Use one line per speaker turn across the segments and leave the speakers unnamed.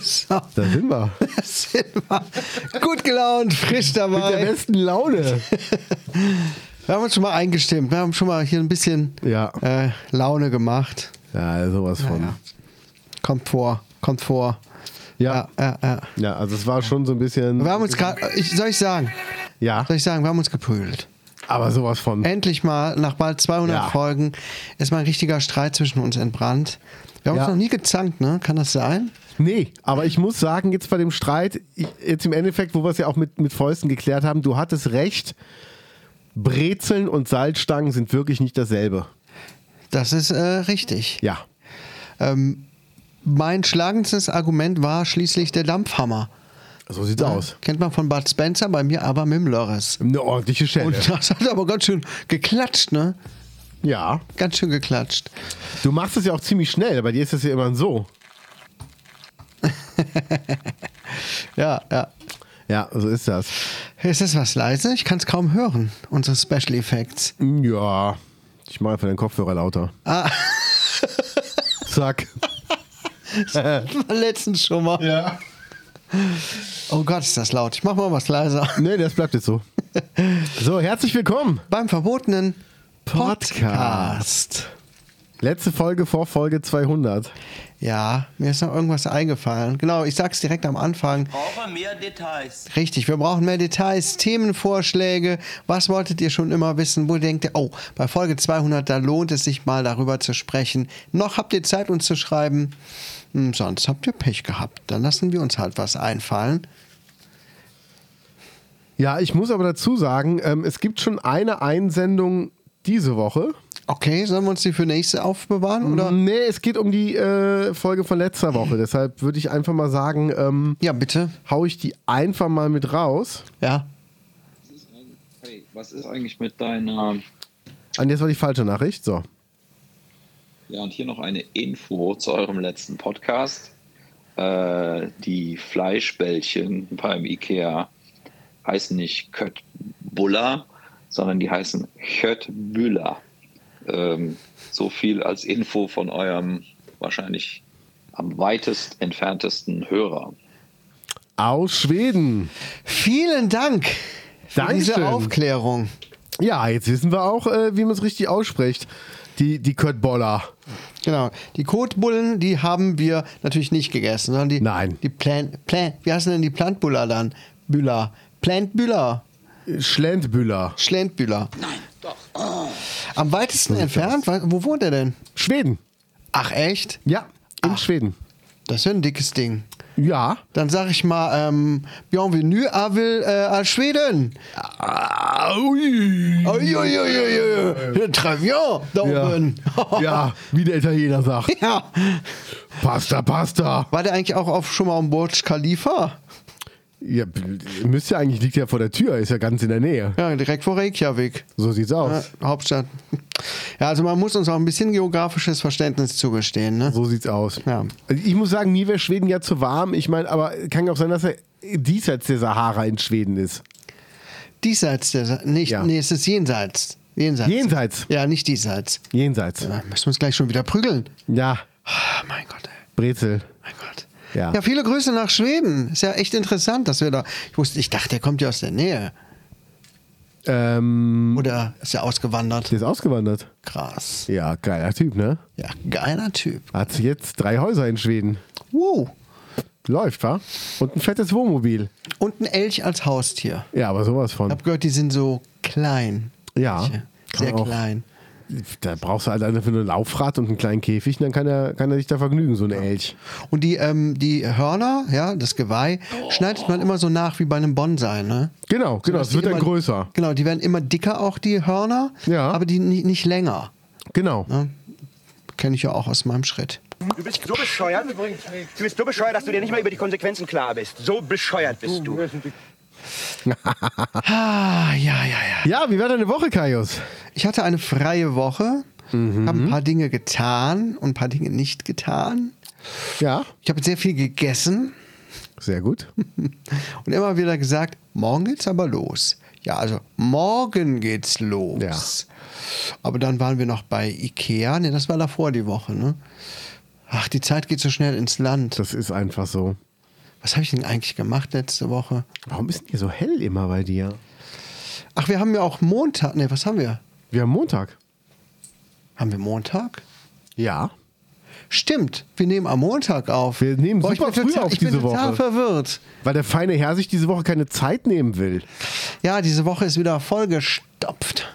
So,
Da sind wir.
sind wir gut gelaunt, frisch
Mit der
dabei.
besten Laune.
Wir haben uns schon mal eingestimmt. Wir haben schon mal hier ein bisschen
Ja.
äh, Laune gemacht.
Ja, sowas von. Ja,
Kommt vor, kommt vor.
ja.
Ja, ja.
also es war schon so ein bisschen.
Wir haben uns gerade, ich, soll ich sagen,
ja,
soll ich sagen, wir haben uns geprügelt.
aber sowas von.
Endlich mal, nach bald 200
Ja.
Folgen, ist mal ein richtiger Streit zwischen uns entbrannt. Wir haben
Ja.
uns noch nie gezankt, ne? Kann das sein?
Nee, aber ich muss sagen, jetzt bei dem Streit, ich- jetzt im Endeffekt, wo wir es ja auch mit, mit Fäusten geklärt haben, du hattest recht. Brezeln und Salzstangen sind wirklich nicht dasselbe.
Das ist äh, richtig.
Ja.
Mein schlagendstes Argument war schließlich der Dampfhammer.
So sieht's aus.
Kennt man von Bud Spencer, bei mir aber mit dem Lörres.
Eine ordentliche Schelle.
Und das hat aber ganz schön geklatscht, ne?
Ja.
Ganz schön geklatscht.
Du machst es ja auch ziemlich schnell, bei dir ist es ja immer so.
Ja, ja.
Ja, so ist das.
Ist das was leise? Ich kann es kaum hören, unsere Special Effects.
Ja. Ich mache einfach den Kopfhörer lauter. Ah. Zack.
Letztens schon mal.
Ja.
Oh Gott, ist das laut. Ich mach mal was leiser.
Nee, das bleibt jetzt so. So, herzlich willkommen.
Beim verbotenen
Podcast. Letzte Folge vor Folge 200.
Ja, mir ist noch irgendwas eingefallen. Genau, ich sag's direkt am Anfang.
Brauche mehr Details.
Richtig, wir brauchen mehr Details, Themenvorschläge. Was wolltet ihr schon immer wissen? Wo denkt ihr, oh, bei Folge 200, da lohnt es sich mal darüber zu sprechen. Noch habt ihr Zeit, uns zu schreiben. Hm, sonst habt ihr Pech gehabt. Dann lassen wir uns halt was einfallen.
Ja, ich muss aber dazu sagen, ähm, es gibt schon eine Einsendung diese Woche.
Okay, sollen wir uns die für nächste aufbewahren? Oder?
Nee, es geht um die äh, Folge von letzter Woche. Deshalb würde ich einfach mal sagen, ähm,
Ja, bitte.
hau ich die einfach mal mit raus.
Ja.
Hey, was ist eigentlich mit deiner.
Und jetzt war die falsche Nachricht. So.
Ja, und hier noch eine Info zu eurem letzten Podcast. Äh, die Fleischbällchen beim IKEA heißen nicht Köttbullar, sondern die heißen Köttbüller. Ähm, so viel als Info von eurem wahrscheinlich am weitest entferntesten Hörer.
Aus Schweden.
Vielen Dank für diese
Dankeschön.
Aufklärung.
Ja, jetzt wissen wir auch, äh, wie man es richtig ausspricht. Die, die Köttboller.
Genau. Die Kotbullen, die haben wir natürlich nicht gegessen, sondern die.
Nein.
Die Plant. Plant wie heißen denn die Plantbuller dann? Bühler. Plantbühler.
Schlendbüller.
Schlendbühler. Nein, doch. Am weitesten entfernt? wa- Wo wohnt er denn?
Schweden.
Ach, echt?
Ja, in Schweden.
Das ist ja ein dickes Ding.
Ja.
Dann sag ich mal, ähm, bienvenue à, Vil, äh, à Schweden.
Ui.
Uiuiuiui. Très bien, da oben.
Ja. ja, wie der Italiener sagt.
ja.
Pasta, Pasta.
War der eigentlich auch auf, schon mal am Burj Khalifa?
Ja, b- müsst ja eigentlich, liegt ja vor der Tür, ist ja ganz in der Nähe.
Ja, direkt vor Reykjavik.
So sieht's aus.
Ja, Hauptstadt. Ja, also man muss uns auch ein bisschen geografisches Verständnis zugestehen. Ne?
So sieht's aus.
Ja.
Also Ich muss sagen, mir wäre Schweden ja zu warm. Ich meine, aber kann ja auch sein, dass er diesseits der Sahara in Schweden ist.
Diesseits der Sa nicht,
Ja.
nee, es ist jenseits. Jenseits.
Jenseits.
Ja, nicht diesseits.
Jenseits.
Da müssen wir uns gleich schon wieder prügeln.
Ja,
Ah, mein Gott, ey.
Brezel.
Mein Gott. Ja. ja, viele Grüße nach Schweden. Ist ja echt interessant, dass wir da. Ich wusste, ich dachte, der kommt ja aus der Nähe.
Ähm,
Oder ist er ausgewandert?
der ist ausgewandert.
Krass.
Ja, geiler Typ, ne?
Ja, geiler Typ.
Hat jetzt drei Häuser in Schweden.
Wow.
Läuft, wa? Und ein fettes Wohnmobil.
Und ein Elch als Haustier.
Ja, aber sowas
Ich
von.
habe gehört, die sind so klein.
Ja.
Elche. Sehr
Kann auch-
klein.
Da brauchst du halt einfach nur ein Laufrad und einen kleinen Käfig, und dann kann er, kann er sich da vergnügen, so ein Elch.
Und die, ähm, die Hörner, ja, das Geweih, schneidet man immer so nach wie bei einem Bonsai, ne?
Genau, genau.
Dass
Es wird
die
dann
immer-
größer.
Genau, die werden immer dicker auch, die Hörner,
Ja.
aber die nicht, nicht länger.
Genau.
Ne? Kenne ich ja auch aus meinem Schritt.
Du bist so bescheuert. Du bist so bescheuert, dass du dir nicht mal über die Konsequenzen klar bist. So bescheuert bist du.
Ah, ja, ja, ja.
Ja, wie war deine Woche, Kaius?
Ich hatte eine freie Woche, habe
Mhm.
ein paar Dinge getan und ein paar Dinge nicht getan.
Ja.
Ich habe sehr viel gegessen
Sehr gut.
und immer wieder gesagt, morgen geht's aber los. Ja, also morgen geht's los. Aber dann waren wir noch bei Ikea. Ne, das war davor die Woche, ne? Ach, die Zeit geht so schnell ins Land.
Das ist einfach so.
Was habe ich denn eigentlich gemacht letzte Woche?
Warum ist denn hier so hell immer bei dir?
Ach, wir haben ja auch Montag. Ne, was haben wir?
Wir haben Montag.
Haben wir Montag?
Ja.
Stimmt, wir nehmen am Montag auf.
Wir nehmen
Boah,
super
ich bin
früh
total,
auf
ich bin
diese
total
Woche.
verwirrt.
Weil der feine Herr sich diese Woche keine Zeit nehmen will.
Ja, diese Woche ist wieder vollgestopft.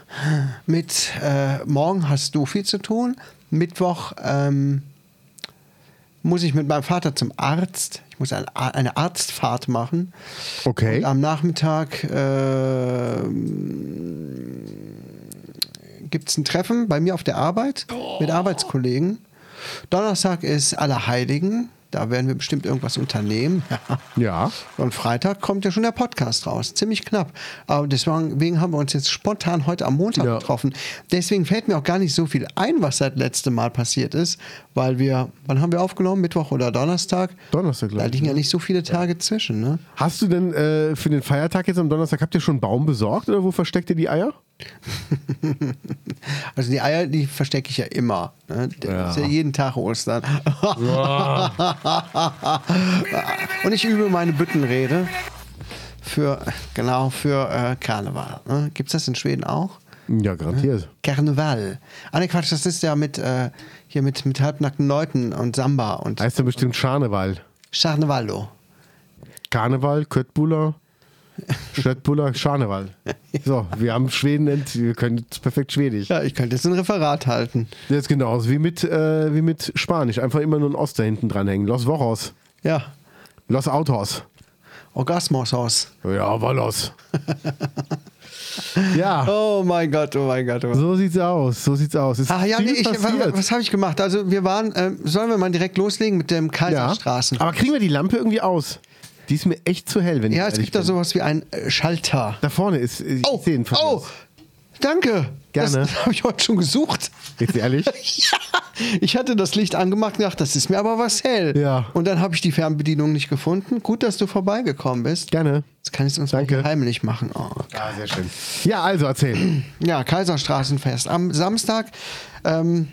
Mit äh, morgen hast du viel zu tun. Mittwoch ähm, muss ich mit meinem Vater zum Arzt. Ich muss ein, eine Arztfahrt machen.
Okay.
Und am Nachmittag äh, gibt es ein Treffen bei mir auf der Arbeit mit Arbeitskollegen. Donnerstag ist Allerheiligen. Da werden wir bestimmt irgendwas unternehmen.
Ja.
Und Freitag kommt ja schon der Podcast raus. Ziemlich knapp. Aber deswegen haben wir uns jetzt spontan heute am Montag
Ja.
getroffen. Deswegen fällt mir auch gar nicht so viel ein, was seit letztem Mal passiert ist, weil wir, wann haben wir aufgenommen? Mittwoch oder Donnerstag?
Donnerstag, glaub
Da
ich,
liegen ja
ne?
nicht so viele Tage zwischen, ne?
Hast du denn äh, für den Feiertag jetzt am Donnerstag, habt ihr schon einen Baum besorgt oder wo versteckt ihr die Eier?
Also die Eier, die verstecke ich ja immer. Ne? Das
Ja.
ist ja jeden Tag Ostern. Und ich übe meine Büttenrede für, genau, für äh, Karneval. Ne? Gibt es das in Schweden auch?
Ja, garantiert.
Karneval. Ah, ne, Quatsch, das ist ja mit, äh, hier mit, mit halbnackten Leuten und Samba und
Heißt ja bestimmt Scharneval.
Charnevallo.
Karneval, Köttbuller, Schöttbuller, Scharneval. So, wir haben Schweden, ent- wir können jetzt perfekt Schwedisch.
Ja, ich könnte jetzt ein Referat halten.
Das ist genauso wie mit, äh, wie mit Spanisch. Einfach immer nur ein Oster hinten dranhängen. Los Vojos,
Ja,
Los Autos.
Orgasmus aus.
Ja, Wallos. ja,
Oh mein Gott, oh mein Gott, oh mein Gott.
so sieht's aus. So sieht's aus. Ist
Ah ja, nee,
viel
ich, wa-
passiert.
was habe ich gemacht? Also wir waren, ähm, sollen wir mal direkt loslegen mit dem
ja.
Kaiserstraßen? Ja,
Aber kriegen wir die Lampe irgendwie aus? Die ist mir echt zu hell, wenn ich
es
ehrlich
gibt da
bin.
sowas wie einen äh, Schalter.
Da vorne ist. Ich
Oh,
seh ihn von
oh,
mir.
danke.
Gerne.
Das habe ich heute schon gesucht.
Jetzt ehrlich?
ja, ich hatte das Licht angemacht und gedacht, das ist mir aber was hell.
Ja.
Und dann habe ich die Fernbedienung nicht gefunden. Gut, dass du vorbeigekommen bist.
Gerne.
Jetzt kann ich es uns
Danke.
mal heimlich machen. Oh,
Ah, sehr schön. Ja, also erzähl.
Ja, Kaiserstraßenfest. Am Samstag ähm,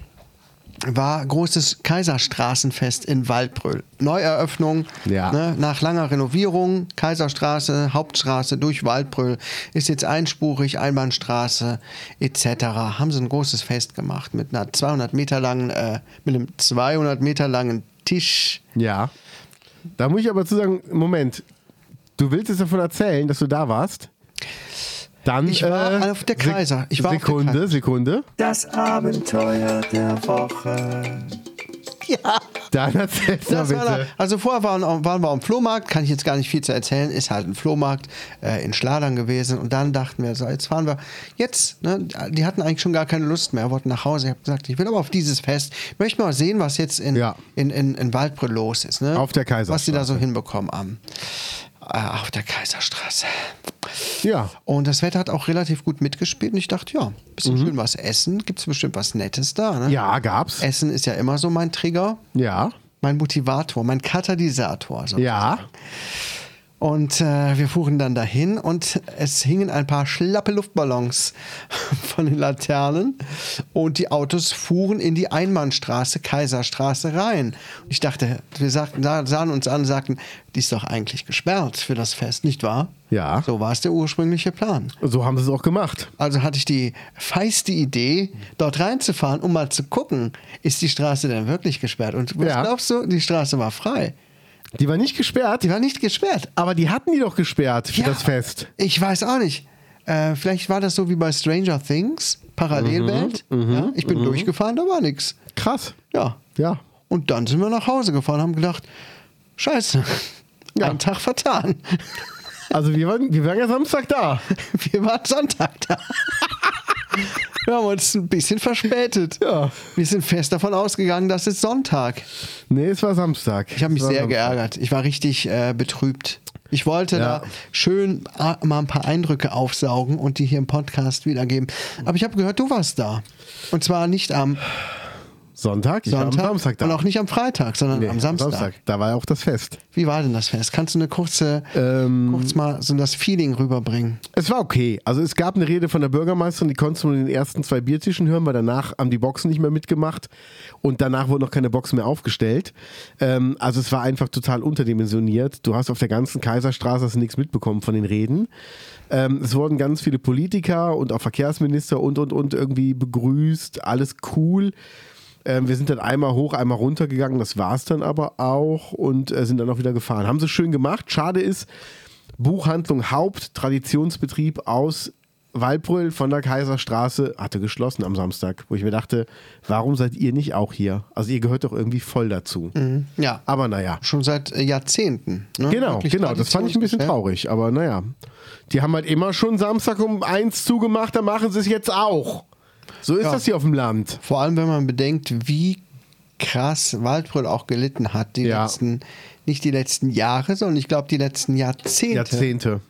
war großes Kaiserstraßenfest in Waldbröl. Neueröffnung
Ja.
ne, nach langer Renovierung. Kaiserstraße, Hauptstraße durch Waldbröl ist jetzt einspurig, Einbahnstraße etc. Haben sie ein großes Fest gemacht mit einer 200 Meter langen, äh, mit einem 200 Meter langen Tisch.
Ja. Da muss ich aber zu sagen: Moment, du willst jetzt davon erzählen, dass du da warst? Dann. äh,
Ich war auf der
Sek-
Kaiser. Ich war auf der
Sekunde,
Kaiser.
Sekunde.
Das Abenteuer der Woche. Ja.
Dann erzähl's mal
Das war da.
bitte.
Also vorher waren, waren wir am Flohmarkt, kann ich jetzt gar nicht viel zu erzählen, ist halt ein Flohmarkt äh, in Schladern gewesen und dann dachten wir so, jetzt fahren wir jetzt, ne, die hatten eigentlich schon gar keine Lust mehr, wollten nach Hause, ich habe gesagt, ich will aber auf dieses Fest, ich möchte mal sehen, was jetzt in,
Ja.
in, in, in Waldbrüll los ist. Ne?
Auf der Kaiserstraße.
Was sie da so hinbekommen haben. Ah, auf der Kaiserstraße.
Ja.
Und das Wetter hat auch relativ gut mitgespielt und ich dachte, ja, bisschen schön was essen, gibt es bestimmt was Nettes da. Ne?
Mhm. Ja, gab's.
Essen ist ja immer so mein Trigger.
Ja.
Mein Motivator, mein Katalysator. So.
Ja.
Also. Und äh, wir fuhren dann dahin und es hingen ein paar schlappe Luftballons von den Laternen und die Autos fuhren in die Einbahnstraße, Kaiserstraße rein. Und ich dachte, wir sagten, sah- sahen uns an und sagten, die ist doch eigentlich gesperrt für das Fest, nicht wahr?
Ja.
So war es der ursprüngliche Plan.
So haben sie es auch gemacht.
Also hatte ich die feiste Idee, dort reinzufahren, um mal zu gucken, ist die Straße denn wirklich gesperrt? Und was
Ja.
glaubst du, die Straße war frei.
Die war nicht gesperrt,
Die war nicht gesperrt.
aber die hatten die doch gesperrt für
Ja,
das Fest.
Ich weiß auch nicht. Äh, vielleicht war das so wie bei Stranger Things, Parallelwelt.
Mhm,
ja, ich bin durchgefahren, da war nichts.
Krass.
Ja.
Ja.
Und dann sind wir nach Hause gefahren, haben gedacht, scheiße,
Ja.
einen Tag vertan.
Also wir waren, wir waren ja Samstag da.
Wir waren Sonntag da. Wir haben uns ein bisschen verspätet.
Ja.
Wir sind fest davon ausgegangen, dass es Sonntag.
Nee, es war Samstag.
Ich habe mich
Es war
sehr
Samstag.
geärgert. Ich war richtig äh, betrübt. Ich wollte
Ja.
da schön a- mal ein paar Eindrücke aufsaugen und die hier im Podcast wiedergeben. Aber ich habe gehört, du warst da. Und zwar nicht am
Sonntag? Ich war am
Sonntag
Samstag da.
und auch nicht am Freitag, sondern
Nee,
am Samstag.
Da war ja auch das Fest.
Wie war denn das Fest? Kannst du eine kurze,
Ähm,
kurz mal so das Feeling rüberbringen?
Es war okay. Also es gab eine Rede von der Bürgermeisterin, die konntest du nur in den ersten zwei Biertischen hören, weil danach haben die Boxen nicht mehr mitgemacht und danach wurden noch keine Boxen mehr aufgestellt. Ähm, also es war einfach total unterdimensioniert. Du hast auf der ganzen Kaiserstraße hast du nichts mitbekommen von den Reden. Ähm, es wurden ganz viele Politiker und auch Verkehrsminister und und und irgendwie begrüßt. Alles cool. Ähm, wir sind dann einmal hoch, einmal runter gegangen, das war's dann aber auch und äh, sind dann auch wieder gefahren. Haben sie schön gemacht. Schade ist, Buchhandlung Haupt, Traditionsbetrieb aus Waldbröl von der Kaiserstraße, hatte geschlossen am Samstag, wo ich mir dachte, warum seid ihr nicht auch hier? Also ihr gehört doch irgendwie voll dazu.
Ja,
Aber naja.
Mhm. schon seit äh, Jahrzehnten. Ne?
Genau,
Wirklich
genau, das fand ich ein bisschen
Traditionsgeschäft.
traurig, aber naja. Die haben halt immer schon Samstag um eins zugemacht, dann machen sie es jetzt auch. So ist
Ja.
das hier auf dem Land.
Vor allem, wenn man bedenkt, wie krass Waldbröl auch gelitten hat, die
Ja.
letzten, nicht die letzten Jahre, sondern ich glaube die letzten Jahrzehnte.
Jahrzehnte.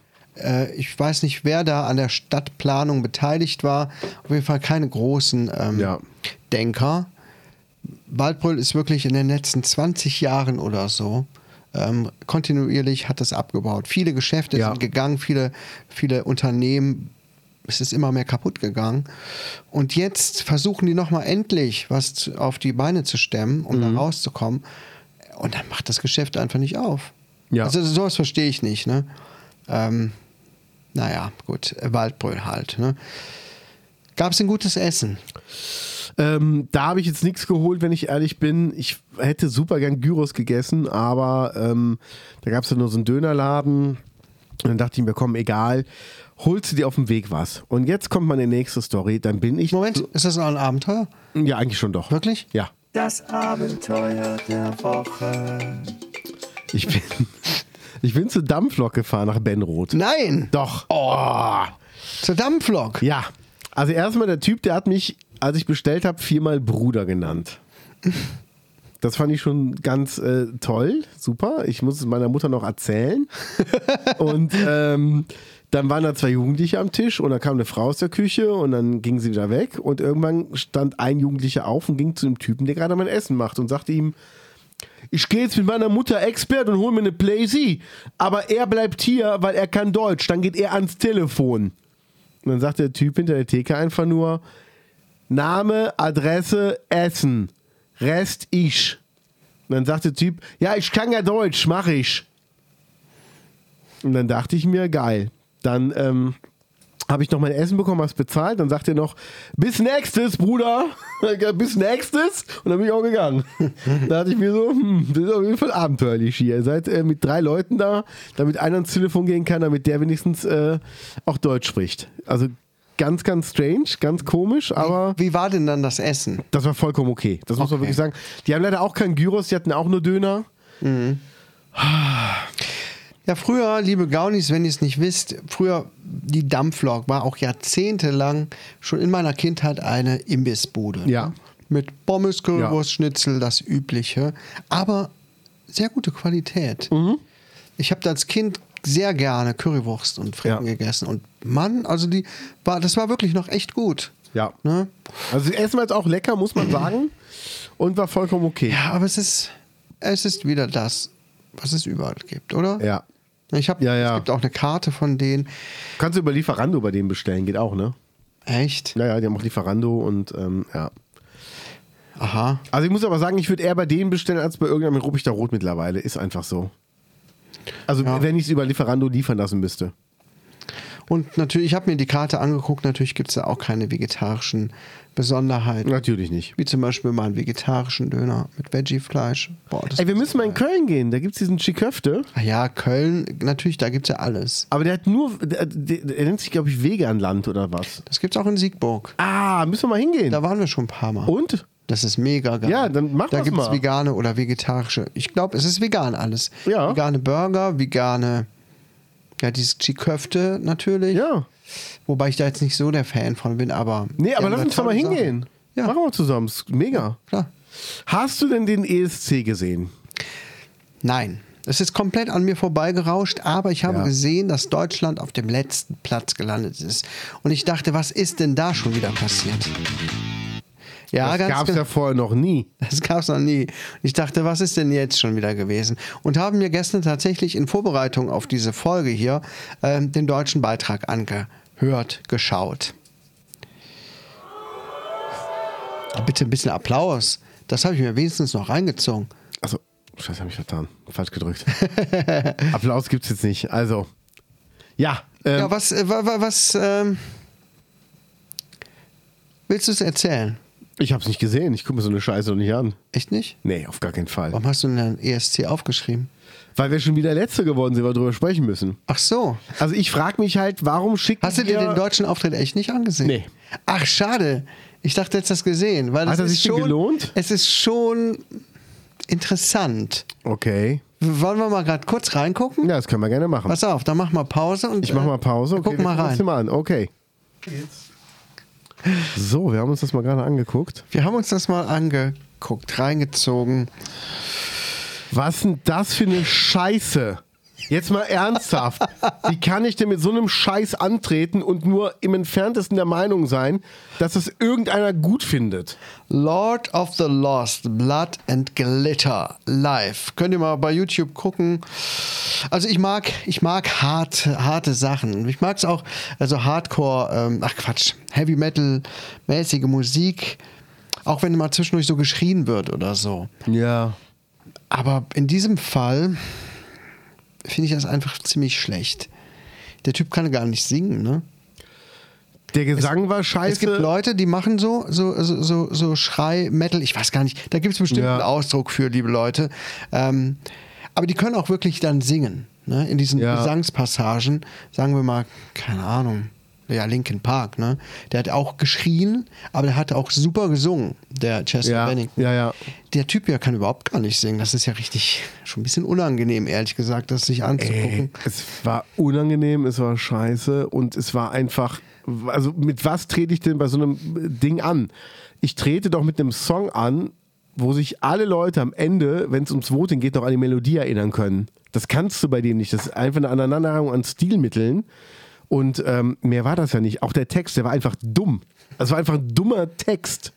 Äh, ich weiß nicht, wer da an der Stadtplanung beteiligt war. Auf jeden Fall keine großen ähm,
Ja.
Denker. Waldbröl ist wirklich in den letzten 20 Jahren oder so. Ähm, kontinuierlich hat das abgebaut. Viele Geschäfte
Ja.
sind gegangen, viele, viele Unternehmen. Es ist immer mehr kaputt gegangen. Und jetzt versuchen die nochmal endlich was zu- auf die Beine zu stemmen, um
Mhm.
da rauszukommen. Und dann macht das Geschäft einfach nicht auf.
Ja.
Also sowas verstehe ich nicht. Ne? Ähm, naja, gut, äh, Waldbröl halt. Ne? Gab es ein gutes Essen?
Ähm, da habe ich jetzt nichts geholt, wenn ich ehrlich bin. Ich hätte super gern Gyros gegessen, aber ähm, da gab es ja nur so einen Dönerladen. Und dann dachte ich mir, komm, egal, holst du dir auf dem Weg was. Und jetzt kommt meine nächste Story. Dann bin ich.
Moment, ist das noch ein Abenteuer?
Ja, eigentlich schon doch.
Wirklich?
Ja.
Das Abenteuer der Woche.
Ich bin, ich bin zu Dampflok gefahren nach Benroth.
Nein!
Doch. Oh.
Zur Dampflok!
Ja. Also erstmal der Typ, der hat mich, als ich bestellt habe, viermal Bruder genannt. Das fand ich schon ganz äh, toll, super. Ich muss es meiner Mutter noch erzählen. und ähm, dann waren da zwei Jugendliche am Tisch und da kam eine Frau aus der Küche und dann ging sie wieder weg. Und irgendwann stand ein Jugendlicher auf und ging zu dem Typen, der gerade mein Essen macht und sagte ihm, ich gehe jetzt mit meiner Mutter Expert und hol mir eine Playsee. Aber er bleibt hier, weil er kann Deutsch. Dann geht er ans Telefon. Und dann sagt der Typ hinter der Theke einfach nur: Name, Adresse, Essen. Rest ich. Und dann sagt der Typ: Ja, ich kann ja Deutsch, mach ich. Und dann dachte ich mir: Geil. Dann ähm, habe ich noch mein Essen bekommen, hab's bezahlt. Dann sagt er noch: Bis nächstes, Bruder. Bis nächstes. Und dann bin ich auch gegangen. da dachte ich mir so: hm, Das ist auf jeden Fall abenteuerlich hier. Ihr seid äh, mit drei Leuten da, damit einer ans Telefon gehen kann, damit der wenigstens äh, auch Deutsch spricht. Also ganz, ganz strange, ganz komisch, aber.
Wie war denn dann das Essen?
Das war vollkommen okay. Das muss man wirklich sagen. Die haben leider auch keinen Gyros, die hatten auch nur Döner.
Ja, früher, liebe Gaunis, wenn ihr es nicht wisst, früher die Dampflok war auch jahrzehntelang schon in meiner Kindheit eine Imbissbude.
Ja.
Mit Pommes, Currywurst,
Ja.
Schnitzel, das Übliche. Aber sehr gute Qualität.
Mhm.
Ich habe als Kind sehr gerne Currywurst und Fritten
Ja.
gegessen. Und Mann, also die war, das war wirklich noch echt gut.
Ja.
Ne?
Also das Essen war jetzt auch lecker, muss man sagen. Und war vollkommen okay.
Ja, aber es ist, es ist wieder das, was es überall gibt, oder?
Ja.
Ich hab,
Ja, ja.
Es gibt auch eine Karte von denen.
Kannst du über Lieferando bei denen bestellen, geht auch, ne?
Echt?
Naja, die haben auch Lieferando und ähm, ja.
Aha.
Also ich muss aber sagen, ich würde eher bei denen bestellen als bei irgendeinem Ruppig da Rot mittlerweile. Ist einfach so. Also
Ja.
wenn ich es über Lieferando liefern lassen müsste.
Und natürlich, ich habe mir die Karte angeguckt, natürlich gibt es da auch keine vegetarischen Besonderheiten.
Natürlich nicht.
Wie zum Beispiel mal einen vegetarischen Döner mit Veggie-Fleisch. Boah, das
Ey, wir müssen mal in Köln gehen. Da gibt es diesen Schiköfte.
Ah ja, Köln, natürlich, da gibt es ja alles.
Aber der hat nur, der, der, der nennt sich, glaube ich, Veganland oder was.
Das gibt es auch in Siegburg.
Ah, müssen wir mal hingehen.
Da waren wir schon ein paar Mal.
Und?
Das ist mega geil.
Ja, dann mach
Da
das
gibt es
mal.
vegane oder vegetarische. Ich glaube, es ist vegan alles.
Ja.
Vegane Burger, vegane, ja, dieses Chiköfte natürlich.
Ja.
Wobei ich da jetzt nicht so der Fan von bin, aber.
Nee,
die
aber
haben
lass
da
uns doch mal
tolle Sachen.
hingehen.
Ja.
Machen wir zusammen. Ist mega.
Klar.
Hast du denn den ESC gesehen?
Nein. Es ist komplett an mir vorbeigerauscht, aber ich habe
Ja.
gesehen, dass Deutschland auf dem letzten Platz gelandet ist. Und ich dachte, was ist denn da schon wieder passiert? Ja,
das
ganz
gab es
genau.
ja vorher noch nie.
Das gab es noch nie. Ich dachte, was ist denn jetzt schon wieder gewesen? Und habe mir gestern tatsächlich in Vorbereitung auf diese Folge hier ähm, den deutschen Beitrag angehört, geschaut. Bitte ein bisschen Applaus. Das habe ich mir wenigstens noch reingezogen.
Also, scheiße, habe ich vertan. Falsch gedrückt. Applaus gibt's jetzt nicht. Also, ja. Ähm,
ja, was, äh, wa- wa- was ähm, willst du es erzählen?
ich habe es nicht gesehen. Ich gucke mir so eine Scheiße noch nicht an.
Echt nicht?
Nee, auf gar keinen Fall.
Warum hast du denn dann ESC aufgeschrieben?
Weil wir schon wieder Letzte geworden sind, weil wir drüber sprechen müssen.
Ach so.
Also ich frage mich halt, warum schickt
Hast du dir den deutschen Auftritt echt nicht angesehen?
Nee.
Ach, schade. Ich dachte, du hättest das gesehen. Weil
Hat
es
er
ist
sich denn
schon,
gelohnt?
Es ist schon interessant.
Okay.
Wollen wir mal gerade kurz reingucken?
Ja, das können wir gerne machen.
Pass auf, dann mach mal Pause und
Ich mache mal Pause.
Äh,
Okay,
guck mal
wir gucken uns den
rein.
Mal an. Okay. So, wir haben uns das mal gerade angeguckt.
Wir haben uns das mal angeguckt, reingezogen.
Was denn das für eine Scheiße? Jetzt mal ernsthaft. Wie kann ich denn mit so einem Scheiß antreten und nur im entferntesten der Meinung sein, dass es irgendeiner gut findet?
Lord of the Lost, Blood and Glitter live. Könnt ihr mal bei YouTube gucken. Also ich mag, ich mag harte, harte Sachen. Ich mag es auch, also Hardcore, ähm, ach Quatsch, Heavy Metal mäßige Musik, auch wenn mal zwischendurch so geschrien wird oder so.
Ja.
Aber in diesem Fall finde ich das einfach ziemlich schlecht. Der Typ kann gar nicht singen, ne?
Der Gesang war scheiße.
Es gibt Leute, die machen so, so, so, so, so Schrei-Metal, ich weiß gar nicht, da gibt es bestimmt
Ja.
einen Ausdruck für, liebe Leute. Ähm, aber die können auch wirklich dann singen, ne? in diesen
Ja.
Gesangspassagen. Sagen wir mal, keine Ahnung, ja, Linkin Park, ne? Der hat auch geschrien, aber der hat auch super gesungen, der Chester
ja,
Bennington.
ja, ja.
Der Typ ja kann überhaupt gar nicht singen. Das ist ja richtig schon ein bisschen unangenehm, ehrlich gesagt, das sich anzugucken.
Ey, es war unangenehm, es war scheiße und es war einfach. Also, mit was trete ich denn bei so einem Ding an? Ich trete doch mit einem Song an, wo sich alle Leute am Ende, wenn es ums Voting geht, noch an die Melodie erinnern können. Das kannst du bei dem nicht. Das ist einfach eine Aneinanderreihung an Stilmitteln. Und ähm, mehr war das ja nicht. Auch der Text, der war einfach dumm. Das war einfach ein dummer Text.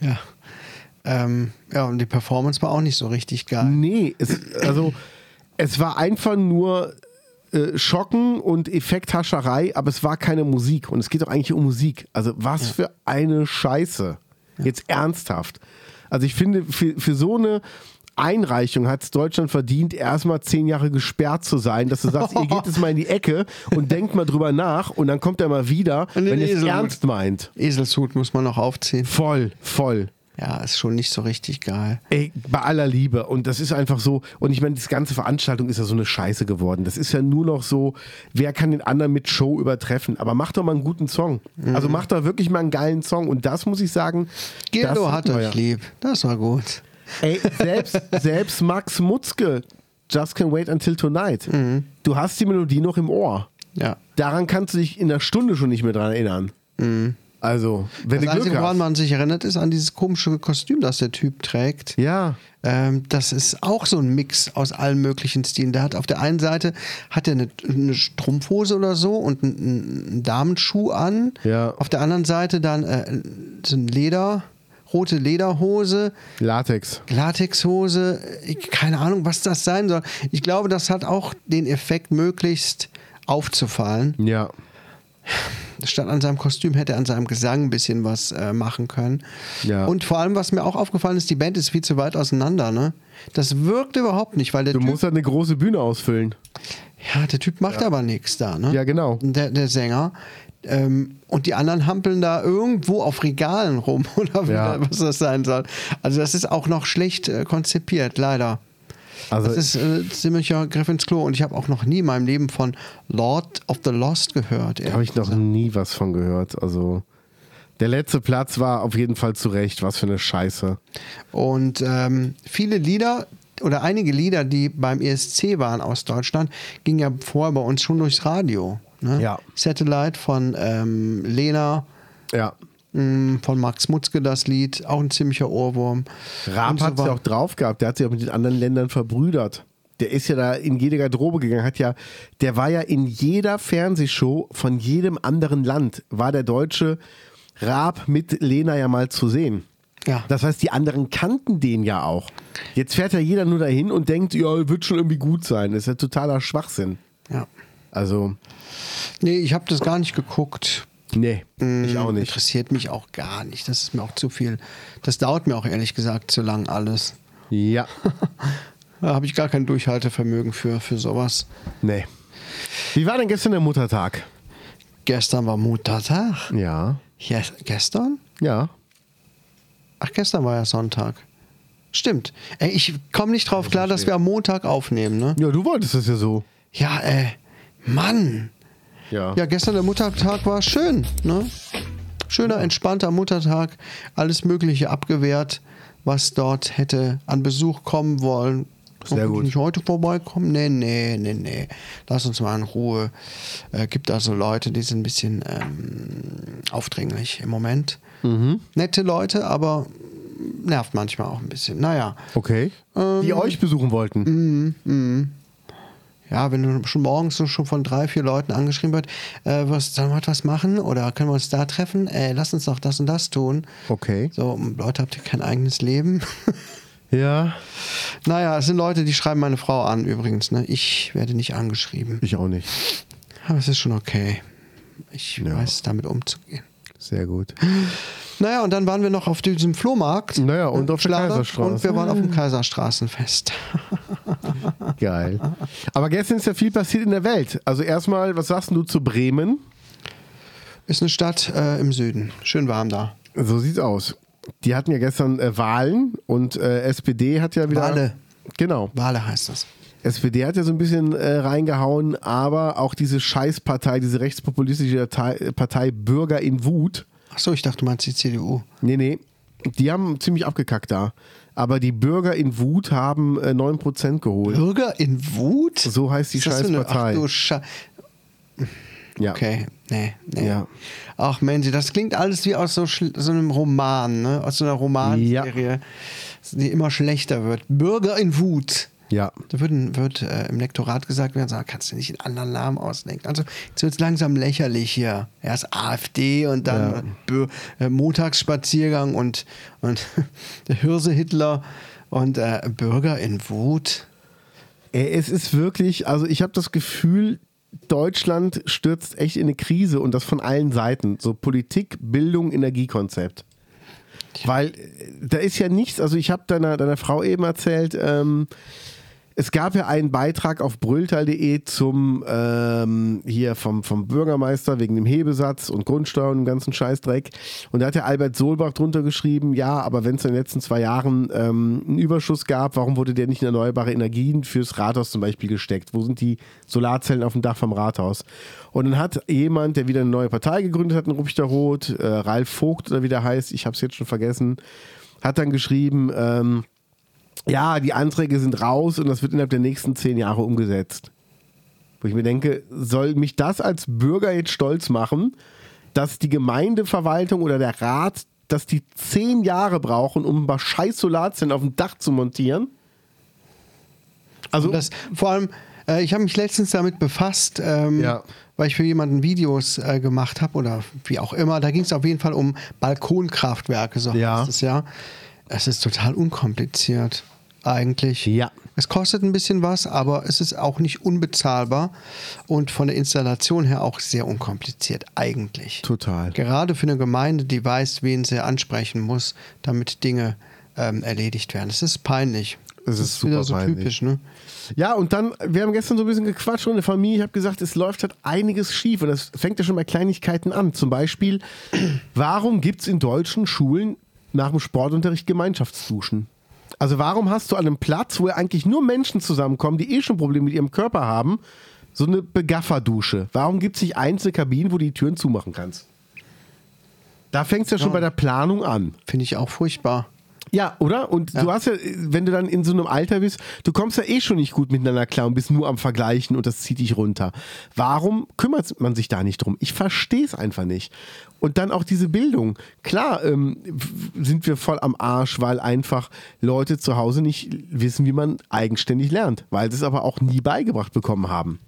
Ja. Ähm, ja, und die Performance war auch nicht so richtig geil.
Nee, es, also es war einfach nur äh, Schocken und Effekthascherei, aber es war keine Musik. Und es geht doch eigentlich um Musik. Also was für eine Scheiße. Jetzt ernsthaft. Also ich finde, für, für so eine Einreichung hat es Deutschland verdient, erstmal zehn Jahre gesperrt zu sein, dass du sagst, ihr geht jetzt mal in die Ecke und denkt mal drüber nach und dann kommt er mal wieder,
Und den
wenn ihr es
Esel holt.
ernst meint.
Eselshut muss man noch aufziehen.
Voll, voll.
Ja, ist schon nicht so richtig geil.
Ey, bei aller Liebe. Und das ist einfach so. Und ich meine, das ganze Veranstaltung ist ja so eine Scheiße geworden. Das ist ja nur noch so, wer kann den anderen mit Show übertreffen? Aber mach doch mal einen guten Song.
Mhm.
Also mach doch wirklich mal einen geilen Song. Und das muss ich sagen.
Gildo
das
hat
hatten wir
euch lieb. Das war gut.
Ey, selbst, selbst Max Mutzke, Just Can Wait Until Tonight. Du hast die Melodie noch im Ohr.
Mhm. Ja.
Daran kannst du dich in der Stunde schon nicht mehr dran erinnern. Also, wenn
Mhm. Das
du
Einzige,
Glück
woran
hast.
man sich erinnert, ist an dieses komische Kostüm, das der Typ trägt.
Ja.
Ähm, das ist auch so ein Mix aus allen möglichen Stilen. Der hat auf der einen Seite hat er eine, eine Strumpfhose oder so und einen, einen Damenschuh an.
Ja.
Auf der anderen Seite dann äh, so ein Leder. rote Lederhose,
Latex.
Latexhose, ich, keine Ahnung, was das sein soll. Ich glaube, das hat auch den Effekt, möglichst aufzufallen.
Ja.
Statt an seinem Kostüm hätte er an seinem Gesang ein bisschen was äh, machen können.
Ja.
Und vor allem, was mir auch aufgefallen ist, die Band ist viel zu weit auseinander. Ne? Das wirkt überhaupt nicht, weil der
Du
Typ,
musst halt eine große Bühne ausfüllen.
ja, der Typ macht aber nichts da. Ne?
Ja, genau.
Der, der Sänger. Ähm, und die anderen hampeln da irgendwo auf Regalen rum oder wie-
Ja.
was das sein soll. Also das ist auch noch schlecht äh, konzipiert, leider.
Also
Das ist äh, ziemlicher Griff ins Klo und ich habe auch noch nie in meinem Leben von Lord of the Lost gehört.
Da habe ich noch nie was von gehört. Also der letzte Platz war auf jeden Fall zu Recht. Was für eine Scheiße.
Und ähm, viele Lieder oder einige Lieder, die beim ESC waren aus Deutschland, gingen ja vorher bei uns schon durchs Radio. Ne?
Ja.
Satellite von ähm, Lena,
Ja.
mh, von Max Mutzke das Lied, auch ein ziemlicher Ohrwurm.
Raab
Und so
hat es
war-
ja auch drauf gehabt. Der hat sich auch mit den anderen Ländern verbrüdert. Der ist ja da in jede Garderobe gegangen, hat ja, der war ja in jeder Fernsehshow von jedem anderen Land, war der deutsche Raab mit Lena ja mal zu sehen.
Ja.
Das heißt, die anderen kannten den ja auch. Jetzt fährt ja jeder nur dahin und denkt, ja, wird schon irgendwie gut sein. Das ist ja totaler Schwachsinn.
ja.
Also,
Nee, ich habe das gar nicht geguckt. Hm,
nee, ich auch nicht.
Interessiert mich auch gar nicht. Das ist mir auch zu viel. Das dauert mir auch ehrlich gesagt zu lang alles.
Ja,
Da habe ich gar kein Durchhaltevermögen für, für sowas.
nee. Wie war denn gestern der Muttertag?
Gestern war Muttertag.
Ja,
Ja, gestern?
ja.
Ach, gestern war ja Sonntag. Stimmt. Ey, ich komme nicht drauf klar, dass wir am Montag aufnehmen, ne?
Ja, du wolltest das ja so.
Ja, äh, Mann.
Ja.
Ja, gestern der Muttertag war schön, ne? Schöner, entspannter Muttertag. Alles Mögliche abgewehrt, was dort hätte an Besuch kommen wollen.
Sehr gut.
Nicht heute vorbeikommen? Nee, nee, nee, nee. Lass uns mal in Ruhe. Äh, gibt also Leute, die sind ein bisschen ähm, aufdringlich im Moment.
Mhm.
Nette Leute, aber nervt manchmal auch ein bisschen. Naja.
Okay. Die euch besuchen wollten.
Ja, wenn du schon morgens so schon von drei, vier Leuten angeschrieben wird, äh, was, sollen wir etwas machen oder können wir uns da treffen? Äh, lass uns doch das und das tun.
Okay.
So, m, Leute, habt ihr kein eigenes Leben?
Ja.
naja, es sind Leute, die schreiben meine Frau an übrigens. Ne? Ich werde nicht angeschrieben.
Ich auch nicht.
Aber es ist schon okay. Ich weiß damit umzugehen.
Sehr gut.
Naja, und dann waren wir noch auf diesem Flohmarkt.
Naja, und
Äh,
auf der
Schlager.
Kaiserstraße.
Und wir waren auf dem Kaiserstraßenfest.
Geil. Aber gestern ist ja viel passiert in der Welt. Also erstmal, was sagst denn du zu Bremen?
Ist eine Stadt äh, im Süden. Schön warm da.
So sieht's aus. Die hatten ja gestern äh, Wahlen und äh, SPD hat ja wieder.
Wale.
Genau.
Wale heißt das.
SPD hat ja so ein bisschen äh, reingehauen, aber auch diese Scheißpartei, diese rechtspopulistische Datei, Partei Bürger in Wut,
Achso, ich dachte, du meinst die CDU.
nee, nee, die haben ziemlich abgekackt da. Aber die Bürger in Wut haben äh, 9% geholt.
Bürger in Wut?
So heißt die
Ist das so eine-
Scheißpartei.
Ach du Sche
Ja.
Okay, nee, nee.
Ja.
Ach Mensch, das klingt alles wie aus so, schl- so einem Roman, ne? Aus so einer Romanserie, die immer schlechter wird. Bürger in Wut.
Ja.
Da wird, wird äh, im Lektorat gesagt werden, sag, kannst du nicht einen anderen Namen ausdenken. Also jetzt wird es langsam lächerlich hier. Erst AfD und dann Bö- äh, Montagsspaziergang und, und der Hirse-Hitler und äh, Bürger in Wut.
Äh, Es ist wirklich, also ich habe das Gefühl, Deutschland stürzt echt in eine Krise und das von allen Seiten. So Politik, Bildung, Energiekonzept. Weil äh, da ist ja nichts, also ich habe deiner, deiner Frau eben erzählt, ähm, es gab ja einen Beitrag auf brülltal.de zum ähm, hier vom, vom Bürgermeister wegen dem Hebesatz und Grundsteuer und dem ganzen Scheißdreck. Und da hat der Albert Solbach drunter geschrieben, ja, aber wenn es in den letzten zwei Jahren ähm, einen Überschuss gab, warum wurde der nicht in erneuerbare Energien fürs Rathaus zum Beispiel gesteckt? Wo sind die Solarzellen auf dem Dach vom Rathaus? Und dann hat jemand, der wieder eine neue Partei gegründet hat in Rupchterroth, äh, Ralf Vogt oder wie der heißt, ich habe es jetzt schon vergessen, hat dann geschrieben, ähm, ja, die Anträge sind raus und das wird innerhalb der nächsten zehn Jahre umgesetzt. Wo ich mir denke, soll mich das als Bürger jetzt stolz machen, dass die Gemeindeverwaltung oder der Rat, dass die zehn Jahre brauchen, um ein paar scheiß Solarzellen auf dem Dach zu montieren? Also,
Das, vor allem, Äh, ich habe mich letztens damit befasst, ähm,
Ja.
weil ich für jemanden Videos äh, gemacht habe oder wie auch immer. Da ging es auf jeden Fall um Balkonkraftwerke, so
Ja.
heißt es ja. Es ist total unkompliziert, eigentlich.
Ja.
Es kostet ein bisschen was, aber es ist auch nicht unbezahlbar und von der Installation her auch sehr unkompliziert, eigentlich.
Total.
Gerade für eine Gemeinde, die weiß, wen sie ansprechen muss, damit Dinge ähm, erledigt werden. Es ist peinlich.
Es ist super
wieder so
peinlich.
typisch, ne?
Ja, und dann, wir haben gestern so ein bisschen gequatscht und in der Familie. Ich habe gesagt, es läuft halt einiges schief. Und das fängt ja schon bei Kleinigkeiten an. Zum Beispiel, warum gibt es in deutschen Schulen nach dem Sportunterricht Gemeinschaftsduschen? Also, warum hast du an einem Platz, wo ja eigentlich nur Menschen zusammenkommen, die eh schon Probleme mit ihrem Körper haben, so eine Begafferdusche? Warum gibt es nicht einzelne Kabinen, wo du die Türen zumachen kannst? Da fängt es ja schon bei der Planung an.
Finde ich auch furchtbar.
Ja, oder? Und du hast ja, wenn du dann in so einem Alter bist, du kommst ja eh schon nicht gut miteinander klar und bist nur am Vergleichen und das zieht dich runter. Warum kümmert man sich da nicht drum? Ich verstehe es einfach nicht. Und dann auch diese Bildung. Klar ähm, w- sind wir voll am Arsch, weil einfach Leute zu Hause nicht wissen, wie man eigenständig lernt, weil sie es aber auch nie beigebracht bekommen haben.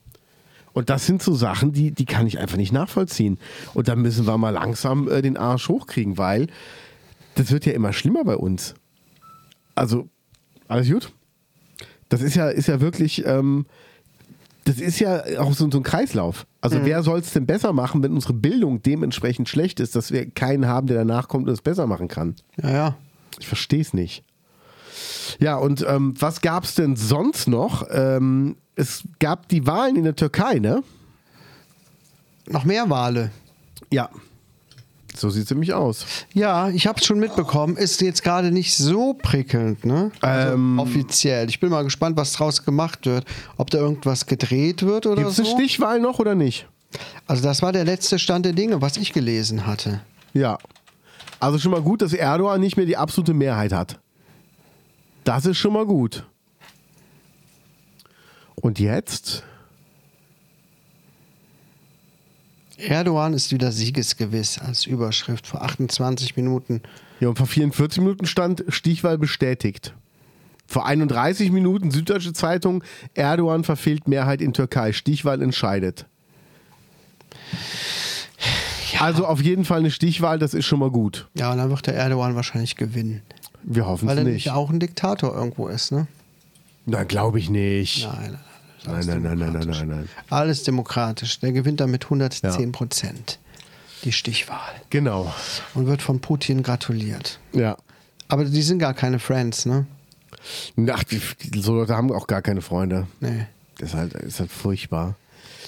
Und das sind so Sachen, die, die kann ich einfach nicht nachvollziehen. Und da müssen wir mal langsam äh, den Arsch hochkriegen, weil das wird ja immer schlimmer bei uns. Also, alles gut. Das ist ja, ist ja wirklich, ähm, das ist ja auch so, so ein Kreislauf. Also,
Mhm.
wer soll es denn besser machen, wenn unsere Bildung dementsprechend schlecht ist, dass wir keinen haben, der danach kommt und es besser machen kann?
Ja, ja.
Ich verstehe es nicht. Ja, und ähm, was gab es denn sonst noch? Ähm, es gab die Wahlen in der Türkei, ne?
Noch mehr Wale.
Ja. So sieht es nämlich aus.
Ja, ich habe es schon mitbekommen. Ist jetzt gerade nicht so prickelnd, ne? Also offiziell. Ich bin mal gespannt, was draus gemacht wird. Ob da irgendwas gedreht wird oder
Gibt es
so.
eine Stichwahl noch oder nicht?
Also das war der letzte Stand der Dinge, was ich gelesen hatte.
Ja. Also schon mal gut, dass Erdogan nicht mehr die absolute Mehrheit hat. Das ist schon mal gut. Und jetzt?
Erdogan ist wieder siegesgewiss als Überschrift vor 28 Minuten.
Ja, und vor 44 Minuten stand Stichwahl bestätigt. Vor 31 Minuten Süddeutsche Zeitung, Erdogan verfehlt Mehrheit in Türkei, Stichwahl entscheidet. Also auf jeden Fall eine Stichwahl, das ist schon mal gut.
Ja, und dann wird der Erdogan wahrscheinlich gewinnen.
Wir hoffen
Weil er
es
nämlich
nicht.
auch ein Diktator irgendwo ist, ne?
Nein, glaube ich nicht.
Nein, nein,
Nein, nein, nein, nein, nein, nein, nein.
Alles demokratisch. Der gewinnt dann mit 110 Prozent die Stichwahl
Genau.
und wird von Putin gratuliert.
Ja.
Aber die sind gar keine Friends, ne?
Ach, die, die, so Leute haben auch gar keine Freunde.
Nee.
Das ist halt, ist halt furchtbar.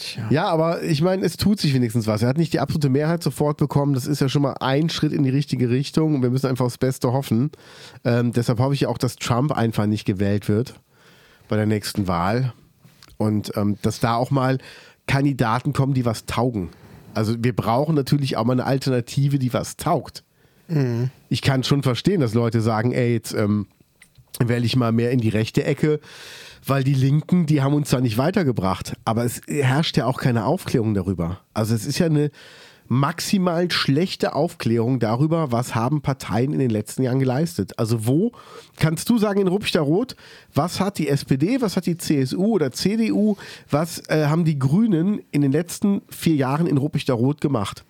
Tja.
Ja, aber ich meine, es tut sich wenigstens was. Er hat nicht die absolute Mehrheit sofort bekommen. Das ist ja schon mal ein Schritt in die richtige Richtung. Und wir müssen einfach aufs Beste hoffen. Ähm, deshalb hoffe ich ja auch, dass Trump einfach nicht gewählt wird bei der nächsten Wahl. Und ähm, dass da auch mal Kandidaten kommen, die was taugen. Also wir brauchen natürlich auch mal eine Alternative, die was taugt.
Mhm.
Ich kann schon verstehen, dass Leute sagen, ey, jetzt ähm, wähle ich mal mehr in die rechte Ecke, weil die Linken, die haben uns da nicht weitergebracht. Aber es herrscht ja auch keine Aufklärung darüber. Also es ist ja eine maximal schlechte Aufklärung darüber, was haben Parteien in den letzten Jahren geleistet. Also wo kannst du sagen in Ruppichter Rot, was hat die SPD, was hat die CSU oder CDU, was äh, haben die Grünen in den letzten vier Jahren in Ruppichter Rot gemacht?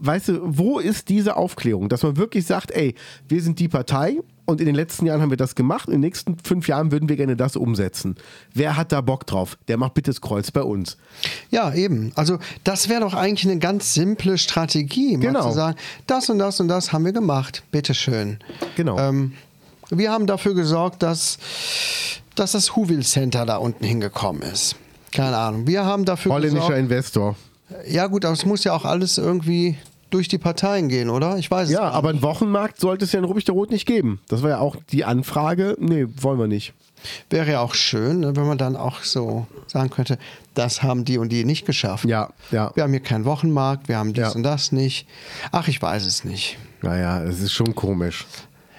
weißt du, wo ist diese Aufklärung, dass man wirklich sagt, ey, wir sind die Partei und in den letzten Jahren haben wir das gemacht, in den nächsten fünf Jahren würden wir gerne das umsetzen. Wer hat da Bock drauf? Der macht bitte das Kreuz bei uns.
Ja, eben. Also das wäre doch eigentlich eine ganz simple Strategie, mal
Genau.
zu sagen, das und das und das haben wir gemacht. Bitteschön.
Genau.
Ähm, wir haben dafür gesorgt, dass, dass das Whoville Center da unten hingekommen ist. Keine Ahnung. Wir haben dafür
Holländischer
gesorgt.
Investor.
Ja gut, aber es muss ja auch alles irgendwie durch die Parteien gehen, oder? Ich weiß
Ja,
es nicht.
aber einen Wochenmarkt sollte es ja in Rubik der Rot nicht geben. Das war ja auch die Anfrage. Nee, wollen wir nicht.
Wäre ja auch schön, ne, wenn man dann auch so sagen könnte, das haben die und die nicht geschafft.
Ja, ja.
Wir haben hier keinen Wochenmarkt, wir haben dies
Ja.
und das nicht. Ach, ich weiß es nicht.
Naja, es ist schon komisch.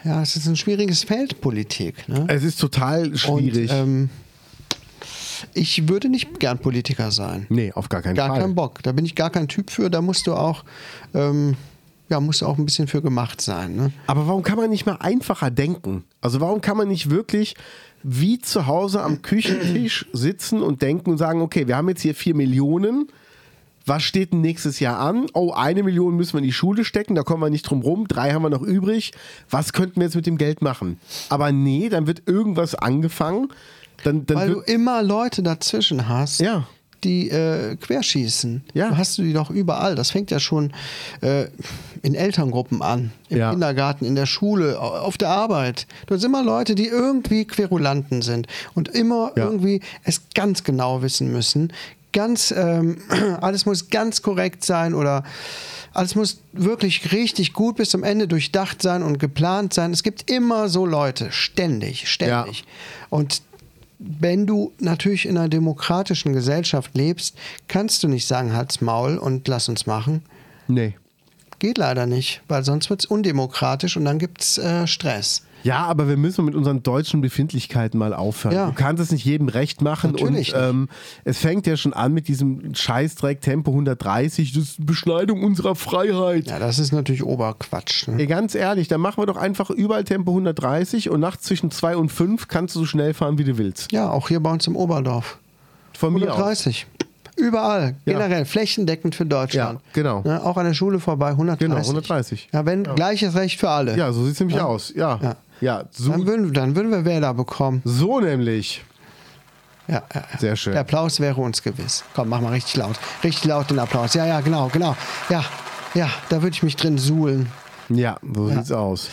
Ja, es ist ein schwieriges Feld, Politik. Ne?
Es ist total Äh, schwierig.
Und, ähm, ich würde nicht gern Politiker sein.
nee, auf gar keinen
Gar
Fall.
keinen Bock. Da bin ich gar kein Typ für. Da musst du auch ähm, ja, muss auch ein bisschen für gemacht sein. Ne?
Aber warum kann man nicht mal einfacher denken? Also warum kann man nicht wirklich wie zu Hause am Küchentisch sitzen und denken und sagen, okay, wir haben jetzt hier vier Millionen. Was steht denn nächstes Jahr an? Oh, eine Million müssen wir in die Schule stecken, da kommen wir nicht drum rum. Drei haben wir noch übrig. Was könnten wir jetzt mit dem Geld machen? Aber nee, dann wird irgendwas angefangen. Dann, dann
Weil du
wird,
immer Leute dazwischen hast,
Ja.
die äh, querschießen.
Ja.
Du hast du die doch überall. Das fängt ja schon äh, in Elterngruppen an, im
Ja.
Kindergarten, in der Schule, au- auf der Arbeit. Du hast immer Leute, die irgendwie Querulanten sind und immer
Ja.
irgendwie es ganz genau wissen müssen. Ganz, ähm, alles muss ganz korrekt sein oder alles muss wirklich richtig gut bis zum Ende durchdacht sein und geplant sein. Es gibt immer so Leute, ständig, ständig.
Ja.
Und wenn du natürlich in einer demokratischen Gesellschaft lebst, kannst du nicht sagen, halt's Maul und lass uns machen.
nee.
Geht leider nicht, weil sonst wird's undemokratisch und dann gibt's äh, Stress.
Ja, aber wir müssen mit unseren deutschen Befindlichkeiten mal aufhören.
Ja.
Du kannst es nicht jedem recht machen.
Natürlich
und
nicht.
ähm, es fängt ja schon an mit diesem Scheißdreck Tempo 130, das ist Beschneidung unserer Freiheit.
Ja, das ist natürlich Oberquatsch. Ne?
Ey, ganz ehrlich, dann machen wir doch einfach überall Tempo 130 und nachts zwischen 2 und 5 kannst du so schnell fahren, wie du willst.
Ja, auch hier bei uns im Oberdorf.
Von mir aus.
130. Überall,
Ja.
generell, flächendeckend für Deutschland.
Ja, genau.
Ne, auch an der Schule vorbei, 130.
Genau, 130.
Ja, wenn gleiches Recht für alle.
Ja, so sieht es nämlich aus. Ja, ja.
Ja.
so,
Dann würden, dann würden wir Wähler bekommen.
so nämlich.
Ja, ja, ja.
Sehr schön.
Der Applaus wäre uns gewiss. Komm, mach mal richtig laut. Richtig laut den Applaus. Ja, ja, genau, genau. Ja, ja, da würde ich mich drin suhlen.
Ja, so sieht's aus.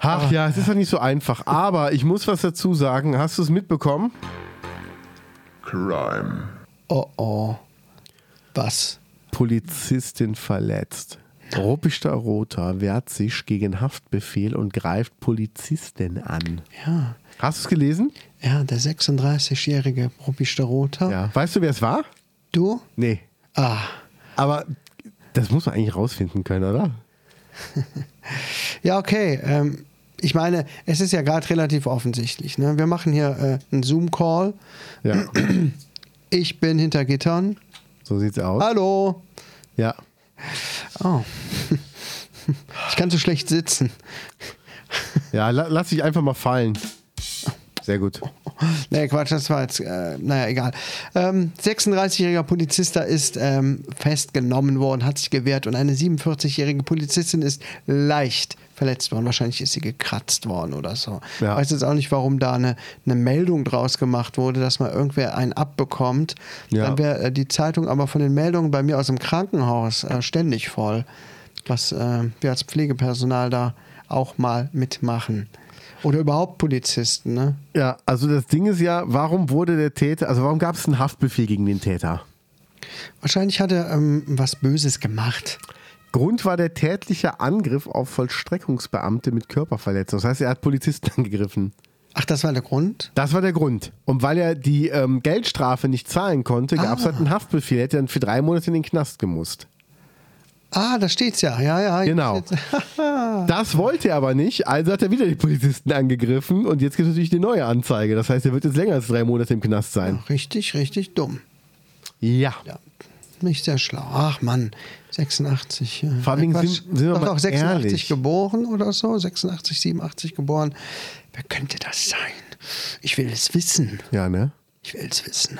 Ah.
Ach ja, es ist ja nicht so einfach. Aber ich muss was dazu sagen. Hast du es mitbekommen?
Crime.
Oh, oh. Was?
Polizistin verletzt. Ruppichter Roter wehrt sich gegen Haftbefehl und greift Polizistin an.
Ja.
Hast du es gelesen?
Ja, der 36-jährige Rupi Starota.
Ja. Weißt du, wer es war?
Du?
Nee.
Ah.
Aber das muss man eigentlich rausfinden können, oder?
Ja, okay. Ähm, ich meine, es ist ja gerade relativ offensichtlich. Ne? Wir machen hier äh, einen Zoom-Call.
Ja,
Ich bin hinter Gittern.
so sieht's aus.
Hallo.
Ja.
Oh. Ich kann so schlecht sitzen.
Ja, la lass dich einfach mal fallen. Sehr gut.
Nee, Quatsch, das war jetzt, äh, naja, egal. Ähm, 36-jähriger Polizist da ist ähm, festgenommen worden, hat sich gewehrt und eine 47-jährige Polizistin ist leicht verletzt worden. Wahrscheinlich ist sie gekratzt worden oder so.
Ja.
Weiß jetzt auch nicht, warum da eine, eine Meldung draus gemacht wurde, dass mal irgendwer einen abbekommt.
Ja.
Dann wäre äh, die Zeitung aber von den Meldungen bei mir aus dem Krankenhaus äh, ständig voll, was äh, wir als Pflegepersonal da auch mal mitmachen. Oder überhaupt Polizisten, ne?
Ja, also das Ding ist ja, warum wurde der Täter, also warum gab es einen Haftbefehl gegen den Täter?
Wahrscheinlich hat er ähm, was Böses gemacht.
Grund war der tätliche Angriff auf Vollstreckungsbeamte mit Körperverletzung. Das heißt, er hat Polizisten angegriffen.
Ach, das war der Grund?
Das war der Grund. Und weil er die ähm, Geldstrafe nicht zahlen konnte, gab es halt einen Haftbefehl. Er hätte dann für drei Monate in den Knast gemusst.
Ah, da steht's ja. Ja, ja.
Genau. Das wollte er aber nicht, also hat er wieder die Polizisten angegriffen und jetzt gibt es natürlich die neue Anzeige. Das heißt, er wird jetzt länger als drei Monate im Knast sein.
Richtig, richtig dumm.
Ja.
Ja. Nicht sehr schlau. Ach Mann, 86. Ja.
Vor allen Dingen
Quatsch.
sind- sind wir
Doch,
mal
doch, 86
ehrlich.
geboren oder so. 86, 87 geboren. Wer könnte das sein? Ich will es wissen.
Ja, ne?
Ich will es wissen.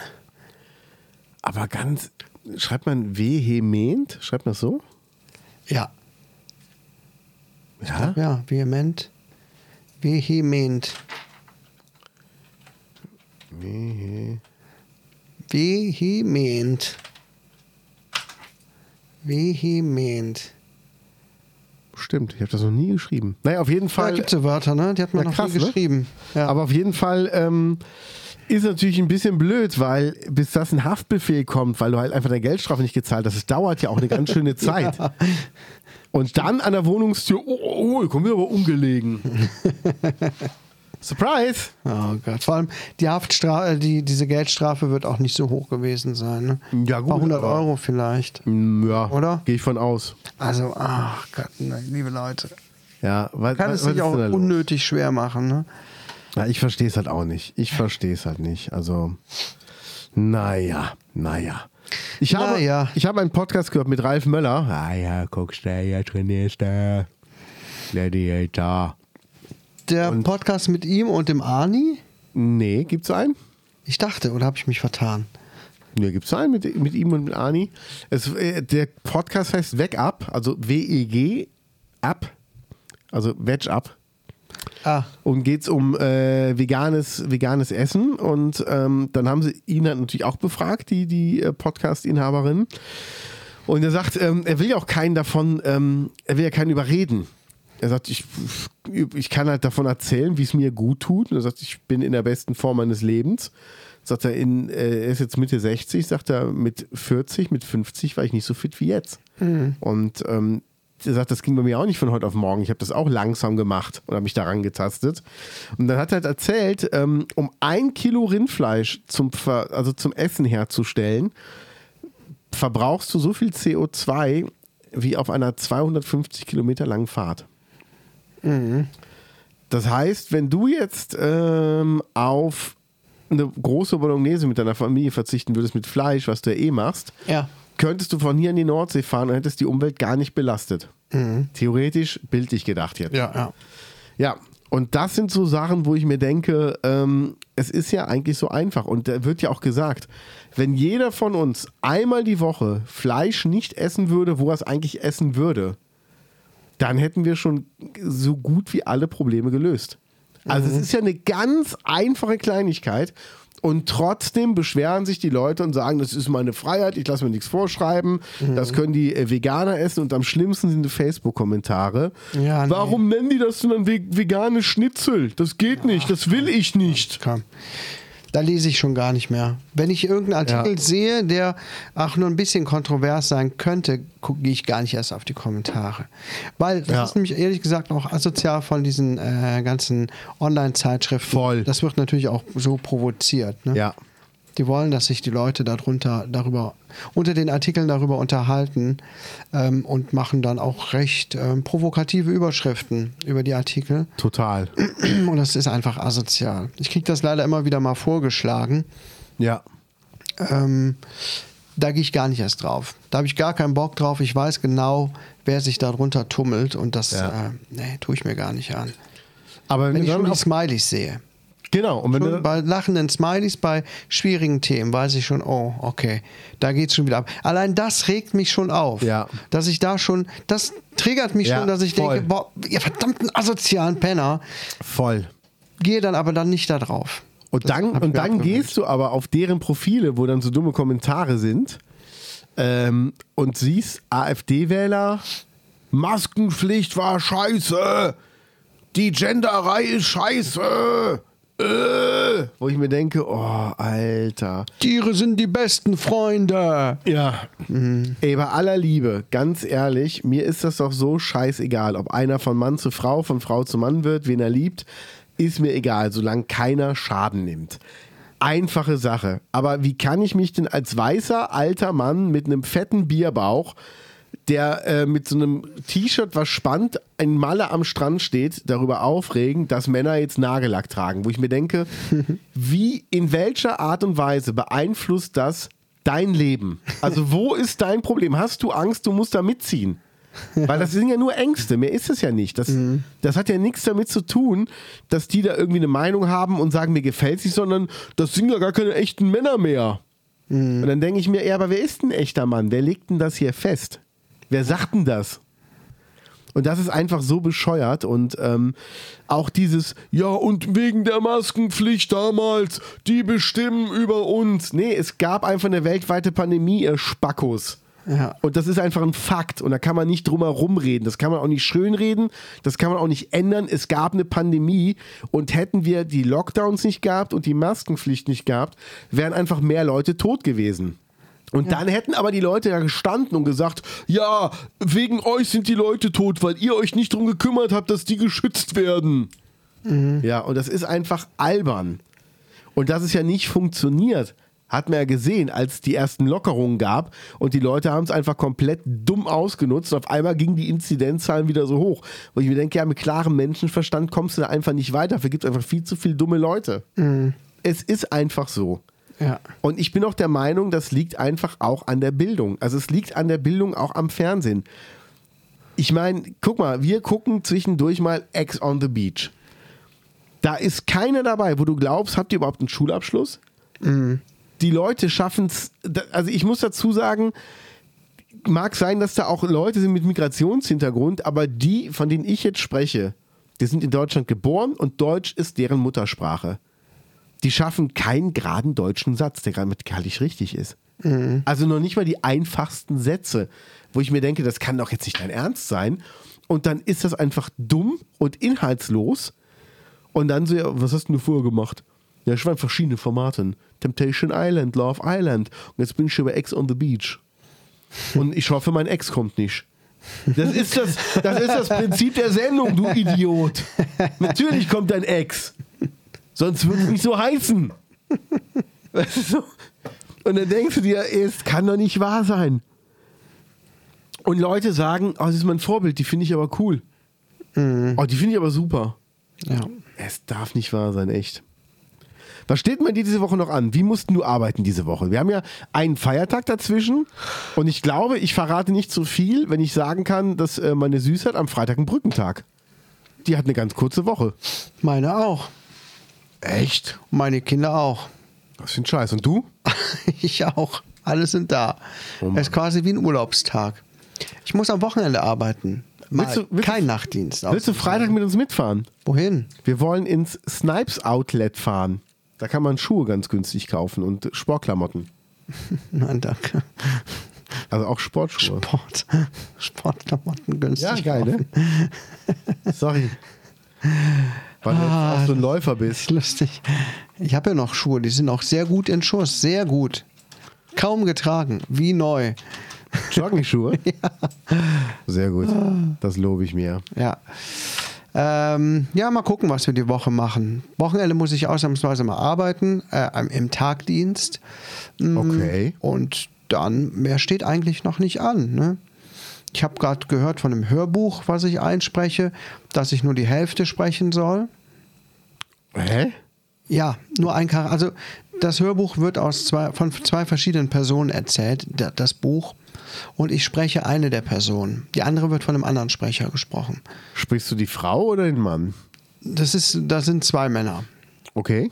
Aber ganz, schreibt man vehement? Schreibt man das so?
Ja.
Ja.
Ja, vehement. Vehement. Vehement. Vehement.
Stimmt, ich habe das noch nie geschrieben. Naja, auf jeden
Da
Fall.
gibt es so Wörter, ne? Die hat man
Ja,
noch
krass,
nie
ne?
geschrieben. Ja.
Aber auf jeden Fall ähm, ist natürlich ein bisschen blöd, weil bis das ein Haftbefehl kommt, weil du halt einfach deine Geldstrafe nicht gezahlt hast, das dauert ja auch eine ganz schöne Zeit. Und dann an der Wohnungstür, oh, oh, oh kommen wir aber ungelegen. Surprise!
oh Gott. Vor allem die Haftstrafe, äh, die, diese Geldstrafe wird auch nicht so hoch gewesen sein. Ne?
Ja,
Ein
gut,
paar 100
aber-
Euro vielleicht.
Hm, Ja,
Oder?
Gehe ich von aus.
Also, ach Gott, ne, liebe Leute.
Ja, was,
Kann
was,
es
was
sich
ist
auch
denn da los?
unnötig schwer machen, ne?
Ja, ich verstehe es halt auch nicht. Ich verstehe es halt nicht. Also, Naja, naja. Ich habe,
Naja.
ich habe einen Podcast gehört mit Ralf Möller. Ah ja, guckst du, ja, trainierst du. Gladiator.
Der Podcast mit ihm und dem Ani?
Nee, gibt's einen?
Ich dachte, oder habe ich mich vertan?
Ne, gibt's einen mit, mit ihm und mit Ani. Es, äh, der Podcast heißt Weg Up, also W-E-G Up, also Wedge Up.
Ah,
Und geht's um äh, veganes, veganes Essen. Und ähm, dann haben sie ihn halt natürlich auch befragt, die, die äh, Podcast-Inhaberin. Und er sagt, ähm, er will ja auch keinen davon, ähm, er will ja keinen überreden. Er sagt, ich, ich kann halt davon erzählen, wie es mir gut tut. Und er sagt, ich bin in der besten Form meines Lebens. Sagt er, in, äh, er ist jetzt Mitte 60, sagt er, mit 40, mit 50 war ich nicht so fit wie jetzt. Und ähm, er sagt, das ging bei mir auch nicht von heute auf morgen. Ich habe das auch langsam gemacht und habe mich daran getastet. Und dann hat er halt erzählt, ähm, um ein Kilo Rindfleisch zum, Ver also zum Essen herzustellen, verbrauchst du so viel CO2 wie auf einer 250 Kilometer langen Fahrt. Das heißt, wenn du jetzt ähm, auf eine große Bolognese mit deiner Familie verzichten würdest mit Fleisch, was du ja eh machst,
ja.
könntest du von hier in die Nordsee fahren und hättest die Umwelt gar nicht belastet. Theoretisch bildlich gedacht jetzt.
Ja, ja.
Ja, und das sind so Sachen, wo ich mir denke, ähm, es ist ja eigentlich so einfach. Und da wird ja auch gesagt, wenn jeder von uns einmal die Woche Fleisch nicht essen würde, wo er es eigentlich essen würde, dann hätten wir schon so gut wie alle Probleme gelöst. Also
Mhm.
es ist ja eine ganz einfache Kleinigkeit. Und trotzdem beschweren sich die Leute und sagen, das ist meine Freiheit, ich lasse mir nichts vorschreiben,
Mhm.
das können die äh, Veganer essen und am schlimmsten sind die Facebook-Kommentare.
Ja, nee.
Warum nennen die das denn dann ve- vegane Schnitzel? Das geht nicht, das will ich nicht.
Kam. Da lese ich schon gar nicht mehr. Wenn ich irgendeinen Artikel sehe, der auch nur ein bisschen kontrovers sein könnte, gucke ich gar nicht erst auf die Kommentare. Weil das
Ja.
ist nämlich ehrlich gesagt auch asozial von diesen äh, ganzen Online-Zeitschriften.
Voll.
Das wird natürlich auch so provoziert. Ne?
Ja.
Die wollen, dass sich die Leute darunter, darüber, unter den Artikeln darüber unterhalten ähm, und machen dann auch recht ähm, provokative Überschriften über die Artikel.
Total.
Und das ist einfach asozial. Ich kriege das leider immer wieder mal vorgeschlagen.
Ja.
Ähm, da gehe ich gar nicht erst drauf. Da habe ich gar keinen Bock drauf. Ich weiß genau, wer sich darunter tummelt. Und das
Ja.
äh, nee, tue ich mir gar nicht an.
Aber wenn,
Wenn ich
du
schon
dann
die
auf,
Smileys sehe.
genau, und wenn
Schon
du,
bei lachenden Smileys, bei schwierigen Themen, weiß ich schon, oh, okay, da geht's schon wieder ab. Allein das regt mich schon auf.
Ja.
Dass ich da schon, das triggert mich
Ja,
schon, dass ich
voll.
denke, boah, ihr verdammten asozialen Penner,
voll.
gehe dann aber dann nicht da drauf.
Und dann,
hab ich
und
mir
dann
abgewöhnt.
gehst du aber auf deren Profile, wo dann so dumme Kommentare sind, ähm, und siehst AfD-Wähler, Maskenpflicht war scheiße, die Genderei ist scheiße. Äh, wo ich mir denke, oh, Alter.
Tiere sind die besten Freunde.
Ja. Ey, bei aller Liebe, ganz ehrlich, mir ist das doch so scheißegal, ob einer von Mann zu Frau, von Frau zu Mann wird, wen er liebt, ist mir egal, solange keiner Schaden nimmt. Einfache Sache. Aber wie kann ich mich denn als weißer, alter Mann mit einem fetten Bierbauch, der äh, mit so einem T-Shirt, was spannt, ein Malle am Strand steht, darüber aufregen, dass Männer jetzt Nagellack tragen? Wo ich mir denke, wie, in welcher Art und Weise beeinflusst das dein Leben? Also, wo ist dein Problem? Hast du Angst, du musst da mitziehen? Weil das sind ja nur Ängste, mehr ist es ja nicht. Das, das hat ja nichts damit zu tun, dass die da irgendwie eine Meinung haben und sagen, mir gefällt sie, sondern das sind ja gar keine echten Männer mehr. Und dann denke ich mir, ja, aber wer ist ein echter Mann? Wer legt denn das hier fest? Wer sagt denn das? Und das ist einfach so bescheuert. Und ähm, auch dieses, ja, und wegen der Maskenpflicht damals, die bestimmen über uns. Nee, es gab einfach eine weltweite Pandemie, ihr Spackos.
Ja.
Und das ist einfach ein Fakt. Und da kann man nicht drum herum reden. Das kann man auch nicht schönreden. Das kann man auch nicht ändern. Es gab eine Pandemie. Und hätten wir die Lockdowns nicht gehabt und die Maskenpflicht nicht gehabt, wären einfach mehr Leute tot gewesen. Und dann hätten aber die Leute da gestanden und gesagt, ja, wegen euch sind die Leute tot, weil ihr euch nicht drum gekümmert habt, dass die geschützt werden. Ja, und das ist einfach albern. Und dass es ja nicht funktioniert, hat man ja gesehen, als die ersten Lockerungen gab und die Leute haben es einfach komplett dumm ausgenutzt. Und auf einmal gingen die Inzidenzzahlen wieder so hoch. Wo ich mir denke, ja, mit klarem Menschenverstand kommst du da einfach nicht weiter. Dafür gibt es einfach viel zu viele dumme Leute. Es ist einfach so.
Ja.
Und ich bin auch der Meinung, das liegt einfach auch an der Bildung. Also es liegt an der Bildung auch am Fernsehen. Ich meine, guck mal, wir gucken zwischendurch mal Ex on the Beach. Da ist keiner dabei, wo du glaubst, habt ihr überhaupt einen Schulabschluss? Die Leute schaffen es. Also ich muss dazu sagen, mag sein, dass da auch Leute sind mit Migrationshintergrund, aber die, von denen ich jetzt spreche, die sind in Deutschland geboren und Deutsch ist deren Muttersprache. Die schaffen keinen geraden deutschen Satz, der damit herrlich richtig ist. Also noch nicht mal die einfachsten Sätze, wo ich mir denke, das kann doch jetzt nicht dein Ernst sein. Und dann ist das einfach dumm und inhaltslos. Und dann so, ja, was hast denn du vorher gemacht? Ja, ich war in verschiedenen Formaten. Temptation Island, Love Island. Und jetzt bin ich hier bei Ex on the Beach. Und ich hoffe, mein Ex kommt nicht. Das ist das, das ist das Prinzip der Sendung, du Idiot. Natürlich kommt dein Ex. Sonst würde es nicht so heißen. Weißt du, so. Und dann denkst du dir, ey, es kann doch nicht wahr sein. Und Leute sagen, oh, das ist mein Vorbild, die finde ich aber cool. Oh, die finde ich aber super.
Ja.
Es darf nicht wahr sein, echt. Was steht denn bei dir diese Woche noch an? Wie mussten du arbeiten diese Woche? Wir haben ja einen Feiertag dazwischen und ich glaube, ich verrate nicht zu viel, wenn ich sagen kann, dass äh, meine Süßheit am Freitag einen Brückentag. Die hat eine ganz kurze Woche.
Meine auch.
Echt?
Meine Kinder auch.
Was für ein Scheiß. Und du?
ich auch. Alle sind da.
Oh Mann.
es ist quasi wie ein Urlaubstag. Ich muss am Wochenende arbeiten. Mal
Willst du- willst du-
kein Nachtdienst.
Willst du Freitag mit uns mitfahren?
Wohin?
Wir wollen ins Snipes Outlet fahren. Da kann man Schuhe ganz günstig kaufen und Sportklamotten.
Nein, danke.
Also auch Sportschuhe.
Sport. Sportklamotten günstig.
ja, geil, ne? Sorry. Weil du jetzt auch so ein Läufer bist.
Ist lustig. Ich habe ja noch Schuhe, die sind auch sehr gut in Schuss. Sehr gut. Kaum getragen. Wie neu.
Jogging-Schuhe? Sehr gut. Das lobe ich mir.
Ja. Ähm, ja, mal gucken, was wir die Woche machen. Wochenende muss ich ausnahmsweise mal arbeiten, äh, im Tagdienst.
Mhm.
Mm,
Okay.
Und dann, mehr steht eigentlich noch nicht an. Ne? Ich habe gerade gehört von einem Hörbuch, was ich einspreche, dass ich nur die Hälfte sprechen soll.
Hä?
Ja, nur ein Charakter. Also das Hörbuch wird aus zwei, von zwei verschiedenen Personen erzählt, da- das Buch. Und ich spreche eine der Personen. Die andere wird von einem anderen Sprecher gesprochen.
Sprichst du die Frau oder den Mann?
Das, ist, das sind zwei Männer.
Okay.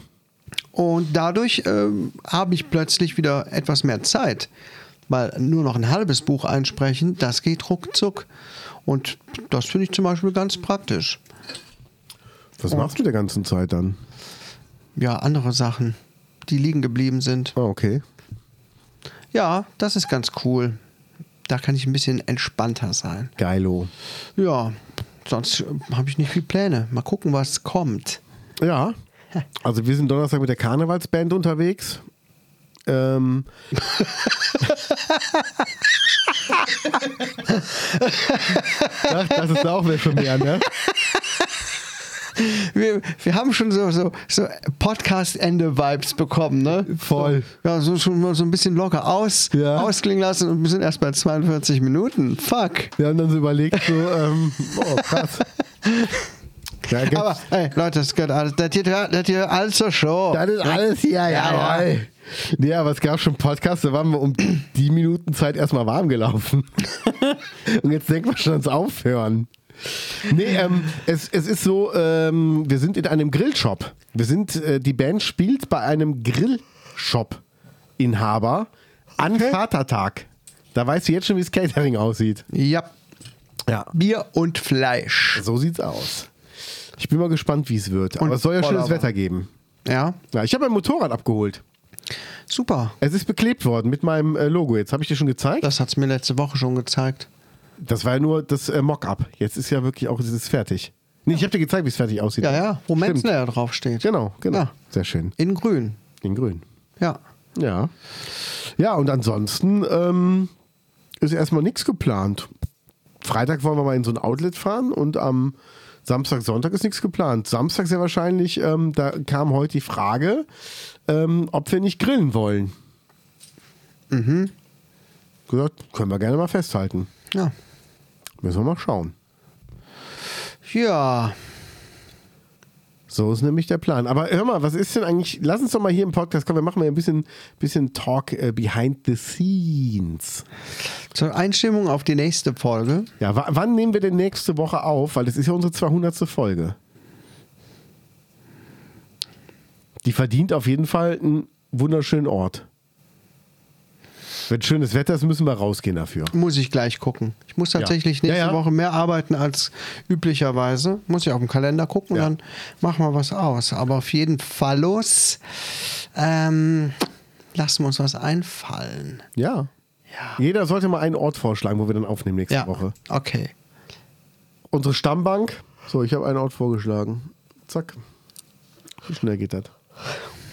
Und dadurch ähm, habe ich plötzlich wieder etwas mehr Zeit. Weil nur noch ein halbes Buch einsprechen, das geht ruckzuck. Und das finde ich zum Beispiel ganz praktisch.
Was machst du mit der ganzen Zeit dann?
Ja, andere Sachen, die liegen geblieben sind.
Ah, okay.
Ja, das ist ganz cool. Da kann ich ein bisschen entspannter sein.
Geilo.
Ja, sonst äh, habe ich nicht viel Pläne. Mal gucken, was kommt.
Ja. Also wir sind Donnerstag mit der Karnevalsband unterwegs. Ähm, Ach, das ist auch wer für mehr, ne?
Wir, wir haben schon so, so, so Podcast-Ende-Vibes bekommen, ne?
Voll.
So, ja, so schon mal so ein bisschen locker aus,
Ja.
ausklingen lassen und wir sind erst bei 42 Minuten. Fuck.
Wir haben dann so überlegt, so, ähm, oh krass. Ja, gibt's-
Aber hey, Leute, das gehört alles. Das hier, das hier alles zur Show.
Das ist alles hier, jawohl. Nee, aber es gab schon Podcasts, da waren wir um die Minuten Zeit erstmal warm gelaufen. Und jetzt denken wir schon ans Aufhören. Nee, ähm, es, es ist so, ähm, wir sind in einem Grillshop. Wir sind, äh, die Band spielt bei einem Grillshop-Inhaber an Vatertag. Da weißt du jetzt schon, wie das Catering aussieht.
Ja.
Ja.
Bier und Fleisch.
So sieht's aus. Ich bin mal gespannt, wie es wird.
Und
Aber es soll ja schönes
Bollerwagen.
Wetter geben.
Ja,
Ja, ich habe mein Motorrad abgeholt.
super.
Es ist beklebt worden mit meinem äh, Logo. Jetzt habe ich dir schon gezeigt. Das,
Das hat's mir letzte Woche schon gezeigt.
war ja nur das äh, Mock-up. Jetzt ist ja wirklich auch, es ist fertig. Nee, ich habe dir gezeigt, wie es fertig aussieht.
Ja, ja, wo
Stimmt.
Metzler draufsteht.
Genau, genau.
Ja.
Sehr schön.
In grün.
In grün.
Ja.
Ja. Ja, und ansonsten ähm, ist erstmal nichts geplant. Freitag wollen wir mal in so ein Outlet fahren und am Samstag, Sonntag ist nichts geplant. Samstag sehr wahrscheinlich, ähm, da kam heute die Frage, ähm, ob wir nicht grillen wollen. Mhm. Gesagt, können wir gerne mal festhalten.
Ja.
Müssen wir mal schauen.
Ja.
So ist nämlich der Plan. Aber hör mal, was ist denn eigentlich? Lass uns doch mal hier im Podcast kommen. Wir machen mal ein bisschen, bisschen Talk äh, behind the scenes.
Zur Einstimmung auf die nächste Folge.
Ja, wa- wann nehmen wir denn nächste Woche auf? Weil das ist ja unsere 200. Folge. Die verdient auf jeden Fall einen wunderschönen Ort. Wenn schönes Wetter ist, müssen wir rausgehen dafür.
Muss ich gleich gucken. Ich muss tatsächlich
Ja,
nächste
ja.
Woche mehr arbeiten als üblicherweise. Muss ich auf den Kalender gucken
Ja.
und dann machen wir was aus. Aber auf jeden Fall los. Ähm, lassen wir uns was einfallen.
Ja. Jeder sollte mal einen Ort vorschlagen, wo wir dann aufnehmen nächste
Ja,
Woche.
okay.
Unsere Stammbank. So, ich habe einen Ort vorgeschlagen. Zack. Wie schnell geht das?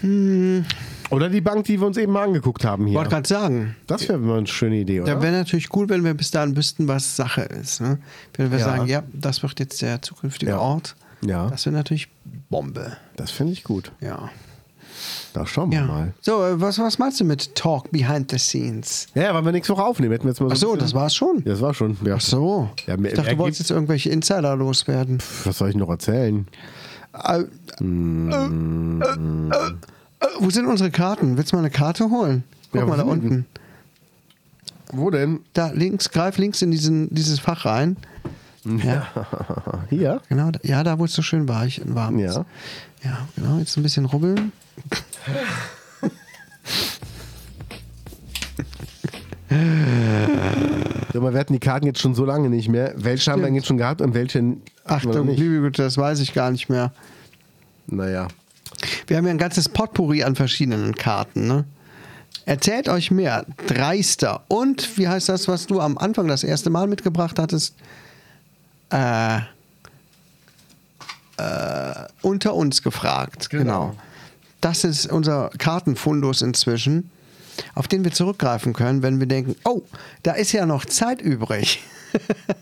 Hm. Oder die Bank, die wir uns eben mal angeguckt haben
Ich
hier.
wollte gerade sagen,
Das wäre mal eine schöne Idee, oder?
da wäre natürlich gut, wenn wir bis dahin wüssten, was Sache ist. Ne? Wenn wir
Ja.
sagen, ja, das wird jetzt der zukünftige
Ja.
Ort.
Ja.
Das wäre natürlich Bombe.
das finde ich gut.
Ja.
Da schauen wir
ja.
mal.
So, äh, was, was meinst du mit Talk behind the scenes?
Ja, weil wir nächste Woche aufnehmen, hätten wir jetzt mal so.
Ach
ein
so,
bisschen-
das war's schon.
Das war schon. Ja.
Ach so.
Ja, mehr-
ich dachte,
mehr
du wolltest
gibt's-
jetzt irgendwelche Insider loswerden.
Was soll ich noch erzählen?
Äh, äh, äh, äh, äh, wo sind unsere Karten? Willst du mal eine Karte holen? Guck
Ja,
mal
wo
da
sind die?
unten.
Wo denn?
Da links, greif links in diesen, dieses Fach rein. Ja,
Hier?
genau. da- Ja, da wo es so schön war, ich warm. ist.
Ja.
Ja, genau. Jetzt ein bisschen rubbeln.
Sag mal, wir hatten die Karten jetzt schon so lange nicht mehr. Welche haben wir denn jetzt schon gehabt und welche hatten wir noch
Achtung,
nicht?
liebe Güte, das weiß ich gar nicht mehr.
Naja.
Wir haben ja ein ganzes Potpourri an verschiedenen Karten, ne? Erzählt euch mehr. Dreister. Und wie heißt das, was du am Anfang das erste Mal mitgebracht hattest? Äh, äh, unter uns gefragt. Genau. Das ist unser Kartenfundus inzwischen, auf den wir zurückgreifen können, wenn wir denken, oh, da ist ja noch Zeit übrig.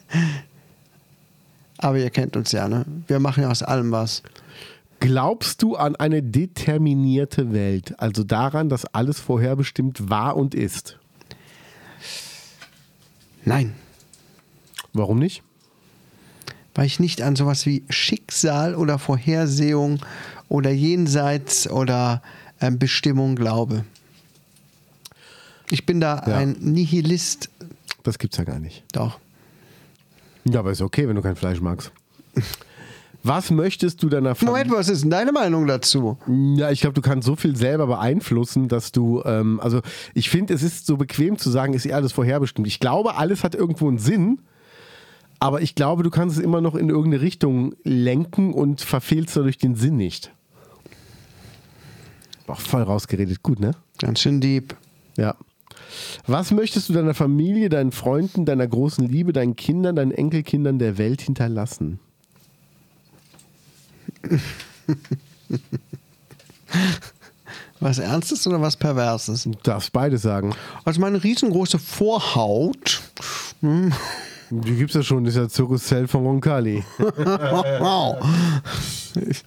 Aber ihr kennt uns ja, ne? Wir machen ja aus allem was.
Glaubst du an eine determinierte Welt? Also daran, dass alles vorherbestimmt war und ist?
Nein,
Warum nicht?
weil ich nicht an sowas wie Schicksal oder Vorhersehung oder Jenseits oder ähm, Bestimmung glaube. Ich bin da
Ja.
ein Nihilist,
Das gibt's ja gar nicht.
doch.
Ja, aber ist okay, wenn du kein Fleisch magst. Was möchtest du deiner
Moment, was ist denn deine Meinung dazu?
Ja, ich glaube, du kannst so viel selber beeinflussen, dass du, ähm, also ich finde, es ist so bequem zu sagen, ist eh alles vorherbestimmt. Ich glaube, alles hat irgendwo einen Sinn, aber ich glaube, du kannst es immer noch in irgendeine Richtung lenken und verfehlst dadurch den Sinn nicht. Auch voll rausgeredet, gut, ne?
Ganz schön deep.
Ja. Was möchtest du deiner Familie, deinen Freunden, deiner großen Liebe, deinen Kindern, deinen Enkelkindern der Welt hinterlassen?
Was Ernstes oder was Perverses?
Du darfst beides sagen.
Also meine riesengroße Vorhaut. Hm.
Die gibt's ja schon, das ist ja Zirkuszelt von Roncalli.
Wow.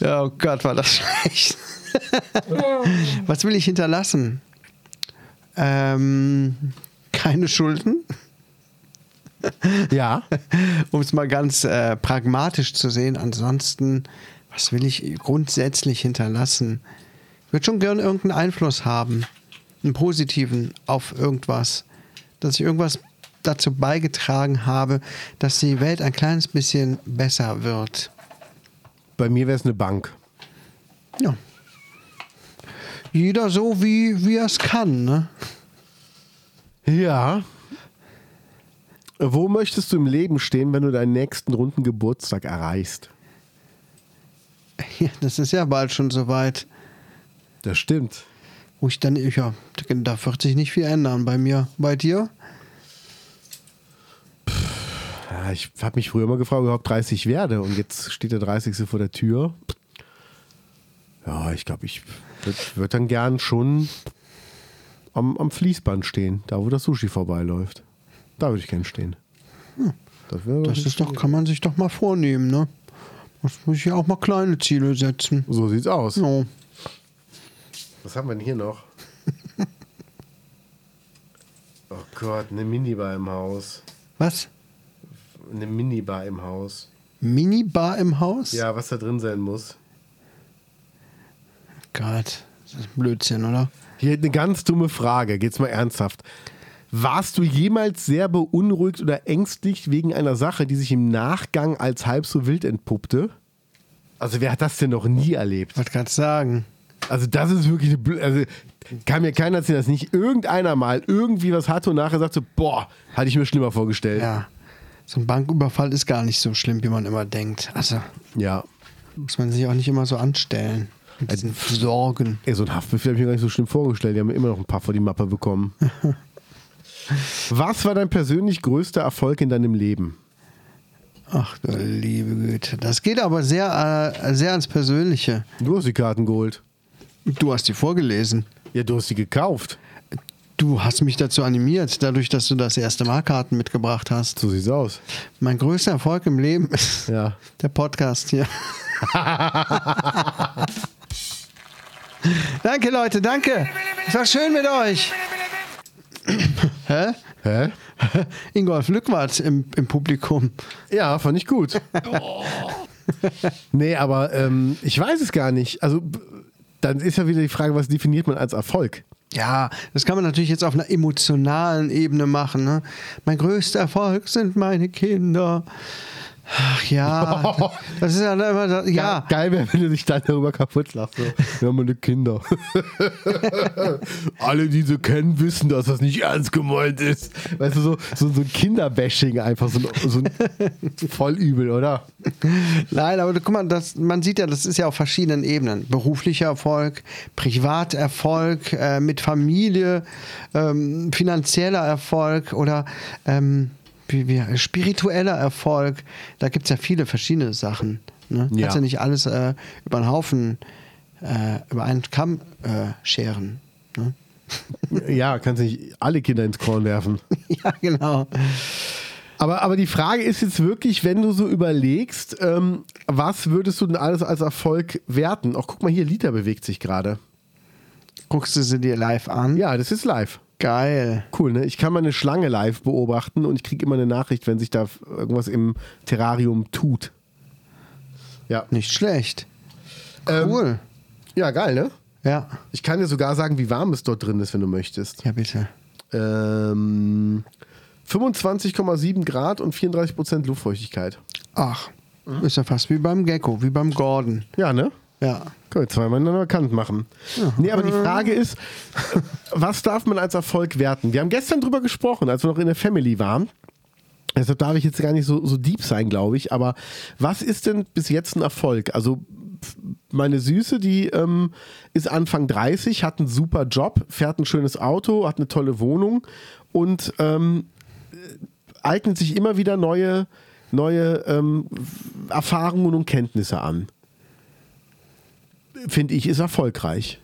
Ja, oh Gott, war das schlecht. Was will ich hinterlassen? Ähm, keine Schulden,
ja.
um es mal ganz äh, pragmatisch zu sehen. Ansonsten, was will ich grundsätzlich hinterlassen? Ich würde schon gern irgendeinen Einfluss haben, einen positiven auf irgendwas. Dass ich irgendwas dazu beigetragen habe, dass die Welt ein kleines bisschen besser wird.
Bei mir wäre es eine Bank.
Ja. Jeder so, wie, wie er es kann, ne?
Ja. Wo möchtest du im Leben stehen, wenn du deinen nächsten runden Geburtstag erreichst?
Ja, das ist ja bald schon soweit,
Das stimmt.
wo ich dann, ja, da wird sich nicht viel ändern bei mir. Bei dir?
Ja, ich habe mich früher immer gefragt, ob ich überhaupt 30 werde. Und jetzt steht der 30. vor der Tür. Ja, ich glaube, ich würde würd dann gern schon am, am Fließband stehen, da wo das Sushi vorbeiläuft. Da würde ich gern stehen. Hm. Das, wär-
Das ist doch, kann man sich doch mal vornehmen, ne? Muss muss ich ja auch mal kleine Ziele setzen.
So sieht's aus.
So.
Was haben wir denn hier noch? oh Gott, eine Minibar im Haus.
Was?
Eine Minibar im Haus.
Minibar im Haus?
Ja, was da drin sein muss.
Gott, das ist Blödsinn, oder?
Hier eine ganz dumme Frage, geht's mal ernsthaft. Warst du jemals sehr beunruhigt oder ängstlich wegen einer Sache, die sich im Nachgang als halb so wild entpuppte? Also wer hat das denn noch nie erlebt?
Wollte gerade sagen.
Also das ist wirklich eine Blö also kann mir keiner erzählen, dass nicht irgendeiner mal irgendwie was hatte und nachher sagte, boah, hatte ich mir schlimmer vorgestellt.
Ja. So ein Banküberfall ist gar nicht so schlimm, wie man immer denkt. Also
ja.
muss man sich auch nicht immer so anstellen. Mit diesen Sorgen.
Ey, so ein Haftbefehl habe ich mir gar nicht so schlimm vorgestellt. Die haben immer noch ein paar vor die Mappe bekommen. Was war dein persönlich größter Erfolg in deinem Leben?
Ach du liebe Güte. Das geht aber sehr, äh, sehr ans Persönliche.
Du hast die Karten geholt.
Du hast die vorgelesen.
Ja, du hast die gekauft.
Du hast mich dazu animiert, dadurch, dass du das erste Mal Karten mitgebracht hast.
So sieht's aus.
Mein größter Erfolg im Leben ist
Ja.
der Podcast hier. danke, Leute, danke. Es war schön mit euch. Hä?
Hä?
Ingolf Lückwart im, im Publikum.
Ja, fand ich gut. nee, aber ähm, ich weiß es gar nicht. Also, b- dann ist ja wieder die Frage, was definiert man als Erfolg?
Ja, das kann man natürlich jetzt auf einer emotionalen Ebene machen. Ne? Mein größter Erfolg sind meine Kinder. Ach ja, das ist ja dann immer, das- ja,
Geil wäre, wenn du dich dann darüber kaputt lachst. So. Wir haben meine Kinder. Alle, die sie kennen, wissen, dass das nicht ernst gemeint ist. Weißt du, so, so, so ein Kinderbashing einfach, so ein, so ein voll übel, oder?
Nein, aber guck mal, das, man sieht ja, das ist ja auf verschiedenen Ebenen. Beruflicher Erfolg, Privaterfolg, äh, mit Familie, ähm, finanzieller Erfolg oder ähm, wie, wie, spiritueller Erfolg. Da gibt es ja viele verschiedene Sachen. Ne?
Ja.
Kannst ja nicht alles äh, über einen Haufen, äh, über einen Kamm äh, scheren. Ne?
Ja, kannst nicht alle Kinder ins Korn werfen.
ja, genau.
Aber, aber die Frage ist jetzt wirklich, wenn du so überlegst, ähm, was würdest du denn alles als Erfolg werten? Auch guck mal hier, Lita bewegt sich gerade.
Guckst du sie dir live an?
Ja, das ist live.
Geil.
Cool, ne? Ich kann meine Schlange live beobachten und ich kriege immer eine Nachricht, wenn sich da irgendwas im Terrarium tut. Ja.
Nicht schlecht.
Ähm,
Cool.
Ja, geil, ne?
Ja.
Ich kann dir sogar sagen, wie warm es dort drin ist, wenn du möchtest.
Ja, bitte.
Ähm, 25,7 Grad und 34 Prozent Luftfeuchtigkeit.
Ach, ist ja fast wie beim Gecko, wie beim Gordon.
Ja, ne?
Ja.
Können wir zweimal miteinander bekannt machen. Nee, aber die Frage ist, was darf man als Erfolg werten? Wir haben gestern drüber gesprochen, als wir noch in der Family waren. Deshalb darf ich jetzt gar nicht so, so deep sein, glaube ich. Aber was ist denn bis jetzt ein Erfolg? Also pf, meine Süße, die ähm, ist Anfang 30, hat einen super Job, fährt ein schönes Auto, hat eine tolle Wohnung und ähm, äh, eignet sich immer wieder neue, neue ähm, Erfahrungen und Kenntnisse an finde ich, ist erfolgreich.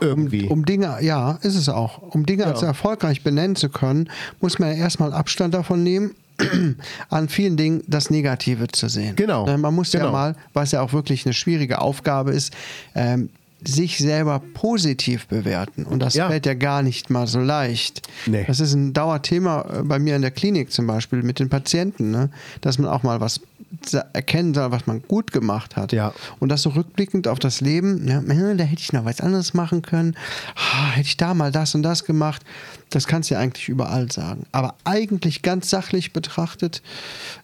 Irgendwie.
Um Dinge, ja, ist es auch. Um Dinge als erfolgreich benennen zu können, muss man ja erstmal Abstand davon nehmen, an vielen Dingen das Negative zu sehen.
Genau.
Ne, Man muss ja
Genau.
mal, was ja auch wirklich eine schwierige Aufgabe ist, ähm, sich selber positiv bewerten. Und das
Ja.
fällt ja gar nicht mal so leicht.
Nee.
Das ist ein Dauerthema äh, bei mir in der Klinik zum Beispiel mit den Patienten, ne? dass man auch mal was sa- erkennen soll, was man gut gemacht hat.
Ja.
Und das so rückblickend auf das Leben, ja, äh, da hätte ich noch was anderes machen können, Ah, hätte ich da mal das und das gemacht, das kannst du ja eigentlich überall sagen. Aber eigentlich ganz sachlich betrachtet,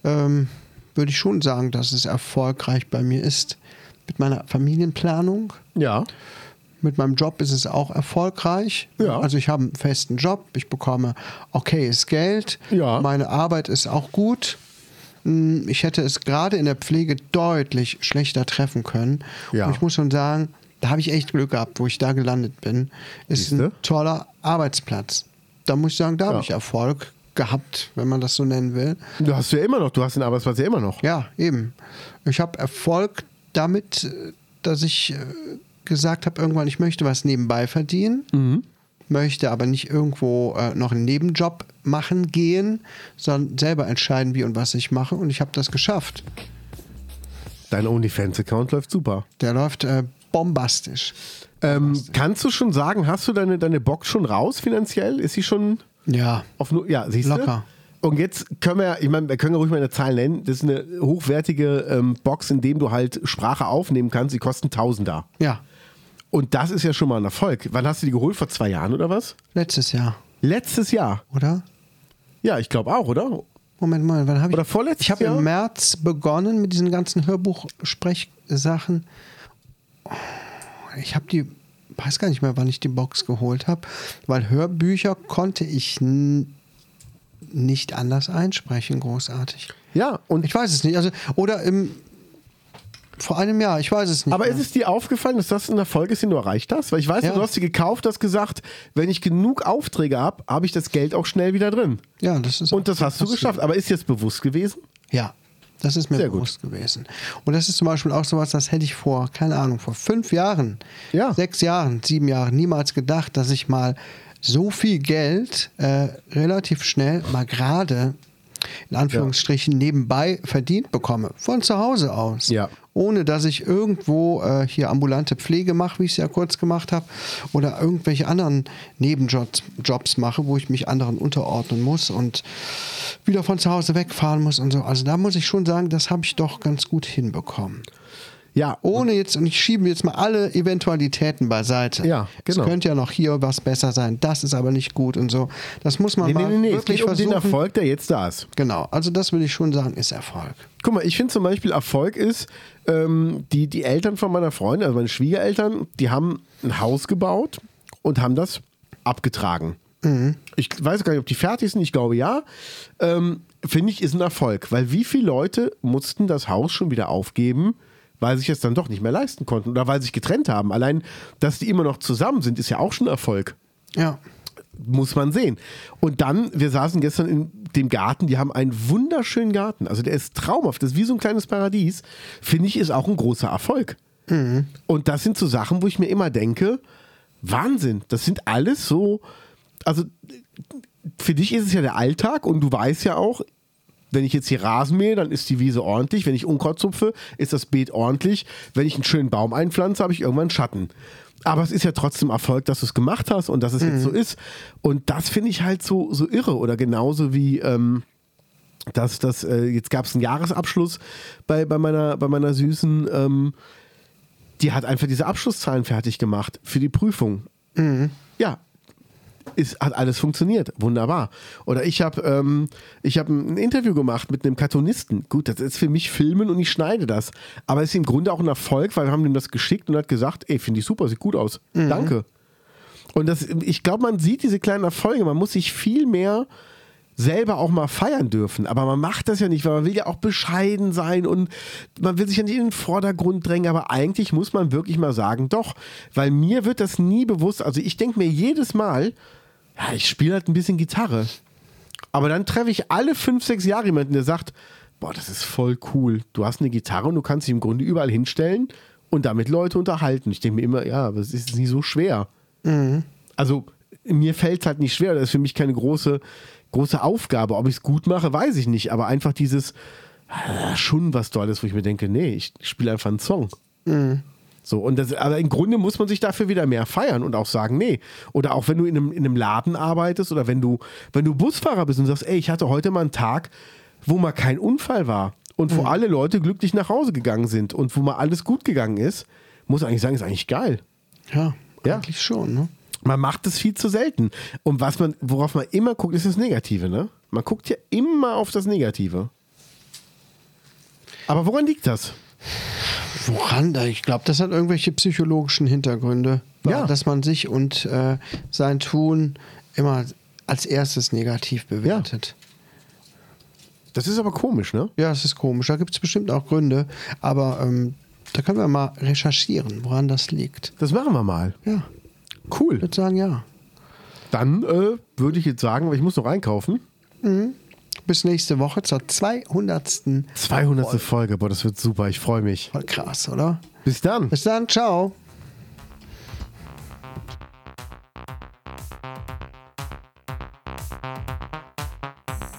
ähm, würde ich schon sagen, dass es erfolgreich bei mir ist. Mit meiner Familienplanung,
Ja.
mit meinem Job ist es auch erfolgreich.
Ja.
Also ich habe einen festen Job, ich bekomme okayes Geld,
Ja.
meine Arbeit ist auch gut. Mm, Ich hätte es gerade in der Pflege deutlich schlechter treffen können.
Ja.
Und ich muss schon sagen, da habe ich echt Glück gehabt, wo ich da gelandet bin. Ist
Siehste?
ein toller Arbeitsplatz. Da muss ich sagen, da
Ja.
habe ich Erfolg gehabt, wenn man das so nennen will.
Du hast ja immer noch, du hast den Arbeitsplatz ja immer noch.
Ja, eben. Ich habe Erfolg damit, äh, dass ich äh, gesagt habe, irgendwann, ich möchte was nebenbei verdienen, möchte aber nicht irgendwo äh, noch einen Nebenjob machen gehen, sondern selber entscheiden, wie und was ich mache. Und ich habe das geschafft.
Dein OnlyFans-Account läuft super.
Der läuft äh, bombastisch.
Ähm, kannst du schon sagen, hast du deine, deine Box schon raus finanziell? Ist sie schon
Ja.
auf Null? Ja, siehst du?
Locker.
Und jetzt können wir, ich meine, wir können ja ruhig mal eine Zahl nennen. Das ist eine hochwertige ähm, Box, in dem du halt Sprache aufnehmen kannst. Die kosten Tausender.
Ja,
Und das ist ja schon mal ein Erfolg. Wann hast du die geholt? Vor zwei Jahren oder was?
letztes Jahr,
Letztes Jahr.
oder?
Ja, ich glaube auch, oder?
Moment mal, wann habe ich.
Oder vorletztes
Ich habe
Jahr?
im März begonnen mit diesen ganzen Hörbuch-Sprechsachen. Ich habe die. Weiß gar nicht mehr, wann ich die Box geholt habe, weil Hörbücher konnte ich n- nicht anders einsprechen, großartig.
Ja, und
Ich weiß es nicht. Also, oder im. Vor einem Jahr, ich weiß es nicht.
Aber
mehr.
ist es dir aufgefallen, dass das ein Erfolg ist, den du erreicht hast? Weil ich weiß,
Ja.
du hast sie gekauft, hast gesagt, wenn ich genug Aufträge habe, habe ich das Geld auch schnell wieder drin.
Ja, das ist.
Und das hast du geschafft. Aber ist dir das bewusst gewesen?
Ja, das ist mir
Sehr gut.
bewusst gewesen. Und das ist zum Beispiel auch sowas, das hätte ich vor, keine Ahnung, vor fünf Jahren,
Ja.
sechs Jahren, sieben Jahren niemals gedacht, dass ich mal so viel Geld äh, relativ schnell mal gerade in Anführungsstrichen nebenbei verdient bekomme. Von zu Hause aus.
Ja.
Ohne dass ich irgendwo äh, hier ambulante Pflege mache, wie ich es ja kurz gemacht habe, oder irgendwelche anderen Nebenjobs Jobs mache, wo ich mich anderen unterordnen muss und wieder von zu Hause wegfahren muss und so. Also da muss ich schon sagen, das habe ich doch ganz gut hinbekommen.
Ja. oh,
Ohne jetzt, und ich schiebe jetzt mal alle Eventualitäten beiseite.
Ja, genau.
Es könnte ja noch hier was besser sein, das ist aber nicht gut und so. Das muss man
Nee, nee,
mal
nee, nee. Es
wirklich
geht um
versuchen.
den Erfolg, der jetzt da ist.
Genau, also das will ich schon sagen, ist Erfolg.
Guck mal, ich finde zum Beispiel Erfolg ist, ähm, die, die Eltern von meiner Freundin, also meine Schwiegereltern, die haben ein Haus gebaut und haben das abgetragen. Ich weiß gar nicht, ob die fertig sind, ich glaube ja. Ähm, finde ich, ist ein Erfolg, weil wie viele Leute mussten das Haus schon wieder aufgeben, weil sich es dann doch nicht mehr leisten konnten oder weil sie sich getrennt haben. Allein, dass die immer noch zusammen sind, ist ja auch schon Erfolg
Ja.
muss man sehen. Und dann, wir saßen gestern in dem Garten, die haben einen wunderschönen Garten. Also der ist traumhaft, das ist wie so ein kleines Paradies. Finde ich, ist auch ein großer Erfolg. Und das sind so Sachen, wo ich mir immer denke, Wahnsinn, das sind alles so, also für dich ist es ja der Alltag und du weißt ja auch, wenn ich jetzt hier Rasen mähe, dann ist die Wiese ordentlich. Wenn ich Unkraut zupfe, ist das Beet ordentlich. Wenn ich einen schönen Baum einpflanze, habe ich irgendwann Schatten. Aber es ist ja trotzdem Erfolg, dass du es gemacht hast und dass es jetzt so ist. Und das finde ich halt so, so irre. Oder genauso wie, ähm, dass das, äh, jetzt gab es einen Jahresabschluss bei, bei, meiner, bei meiner süßen, ähm, die hat einfach diese Abschlusszahlen fertig gemacht für die Prüfung. Ja, ist, hat alles funktioniert. Wunderbar. Oder ich habe ähm, ich hab ein Interview gemacht mit einem Cartoonisten. Gut, das ist für mich Filmen und ich schneide das. Aber ist im Grunde auch ein Erfolg, weil wir haben ihm das geschickt und er hat gesagt, ey, finde ich super, sieht gut aus. Danke. Und das, ich glaube, man sieht diese kleinen Erfolge. Man muss sich viel mehr selber auch mal feiern dürfen. Aber man macht das ja nicht, weil man will ja auch bescheiden sein und man will sich ja nicht in den Vordergrund drängen. Aber eigentlich muss man wirklich mal sagen, doch, weil mir wird das nie bewusst. Also ich denke mir jedes Mal, ja, ich spiele halt ein bisschen Gitarre. Aber dann treffe ich alle fünf, sechs Jahre jemanden, der sagt, boah, das ist voll cool. Du hast eine Gitarre und du kannst dich im Grunde überall hinstellen und damit Leute unterhalten. Ich denke mir immer, ja, aber es ist nicht so schwer also mir fällt es halt nicht schwer, das ist für mich keine große, große Aufgabe. Ob ich es gut mache, weiß ich nicht, aber einfach dieses ah, schon was Tolles, wo ich mir denke, nee, ich spiele einfach einen Song. So, und das, aber im Grunde muss man sich dafür wieder mehr feiern und auch sagen, nee. Oder auch wenn du in einem, in einem Laden arbeitest oder wenn du, wenn du Busfahrer bist und sagst, ey, ich hatte heute mal einen Tag, wo mal kein Unfall war und wo alle Leute glücklich nach Hause gegangen sind und wo mal alles gut gegangen ist, muss eigentlich sagen, ist eigentlich geil.
Ja,
Ja.
eigentlich schon. Ne?
Man macht es viel zu selten. Und was man, worauf man immer guckt, ist das Negative, ne? Man guckt ja immer auf das Negative. Aber woran liegt das?
Woran da? Ich glaube, das hat irgendwelche psychologischen Hintergründe.
Ja.
Dass man sich und äh, sein Tun immer als erstes negativ bewertet.
Das ist aber komisch, ne?
Ja, es ist komisch. Da gibt es bestimmt auch Gründe. Aber ähm, da können wir mal recherchieren, woran das liegt.
Das machen wir mal.
Ja, ich
Cool.
würde sagen, ja.
Dann äh, würde ich jetzt sagen, weil ich muss noch einkaufen.
Bis nächste Woche zur 200.
200. Folge, boah, das wird super. Ich freue mich.
Voll krass, oder?
Bis dann.
Bis dann, ciao.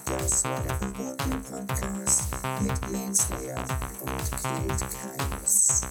Das war der Woodworking-Podcast mit Jens Lehr und Knut Keines.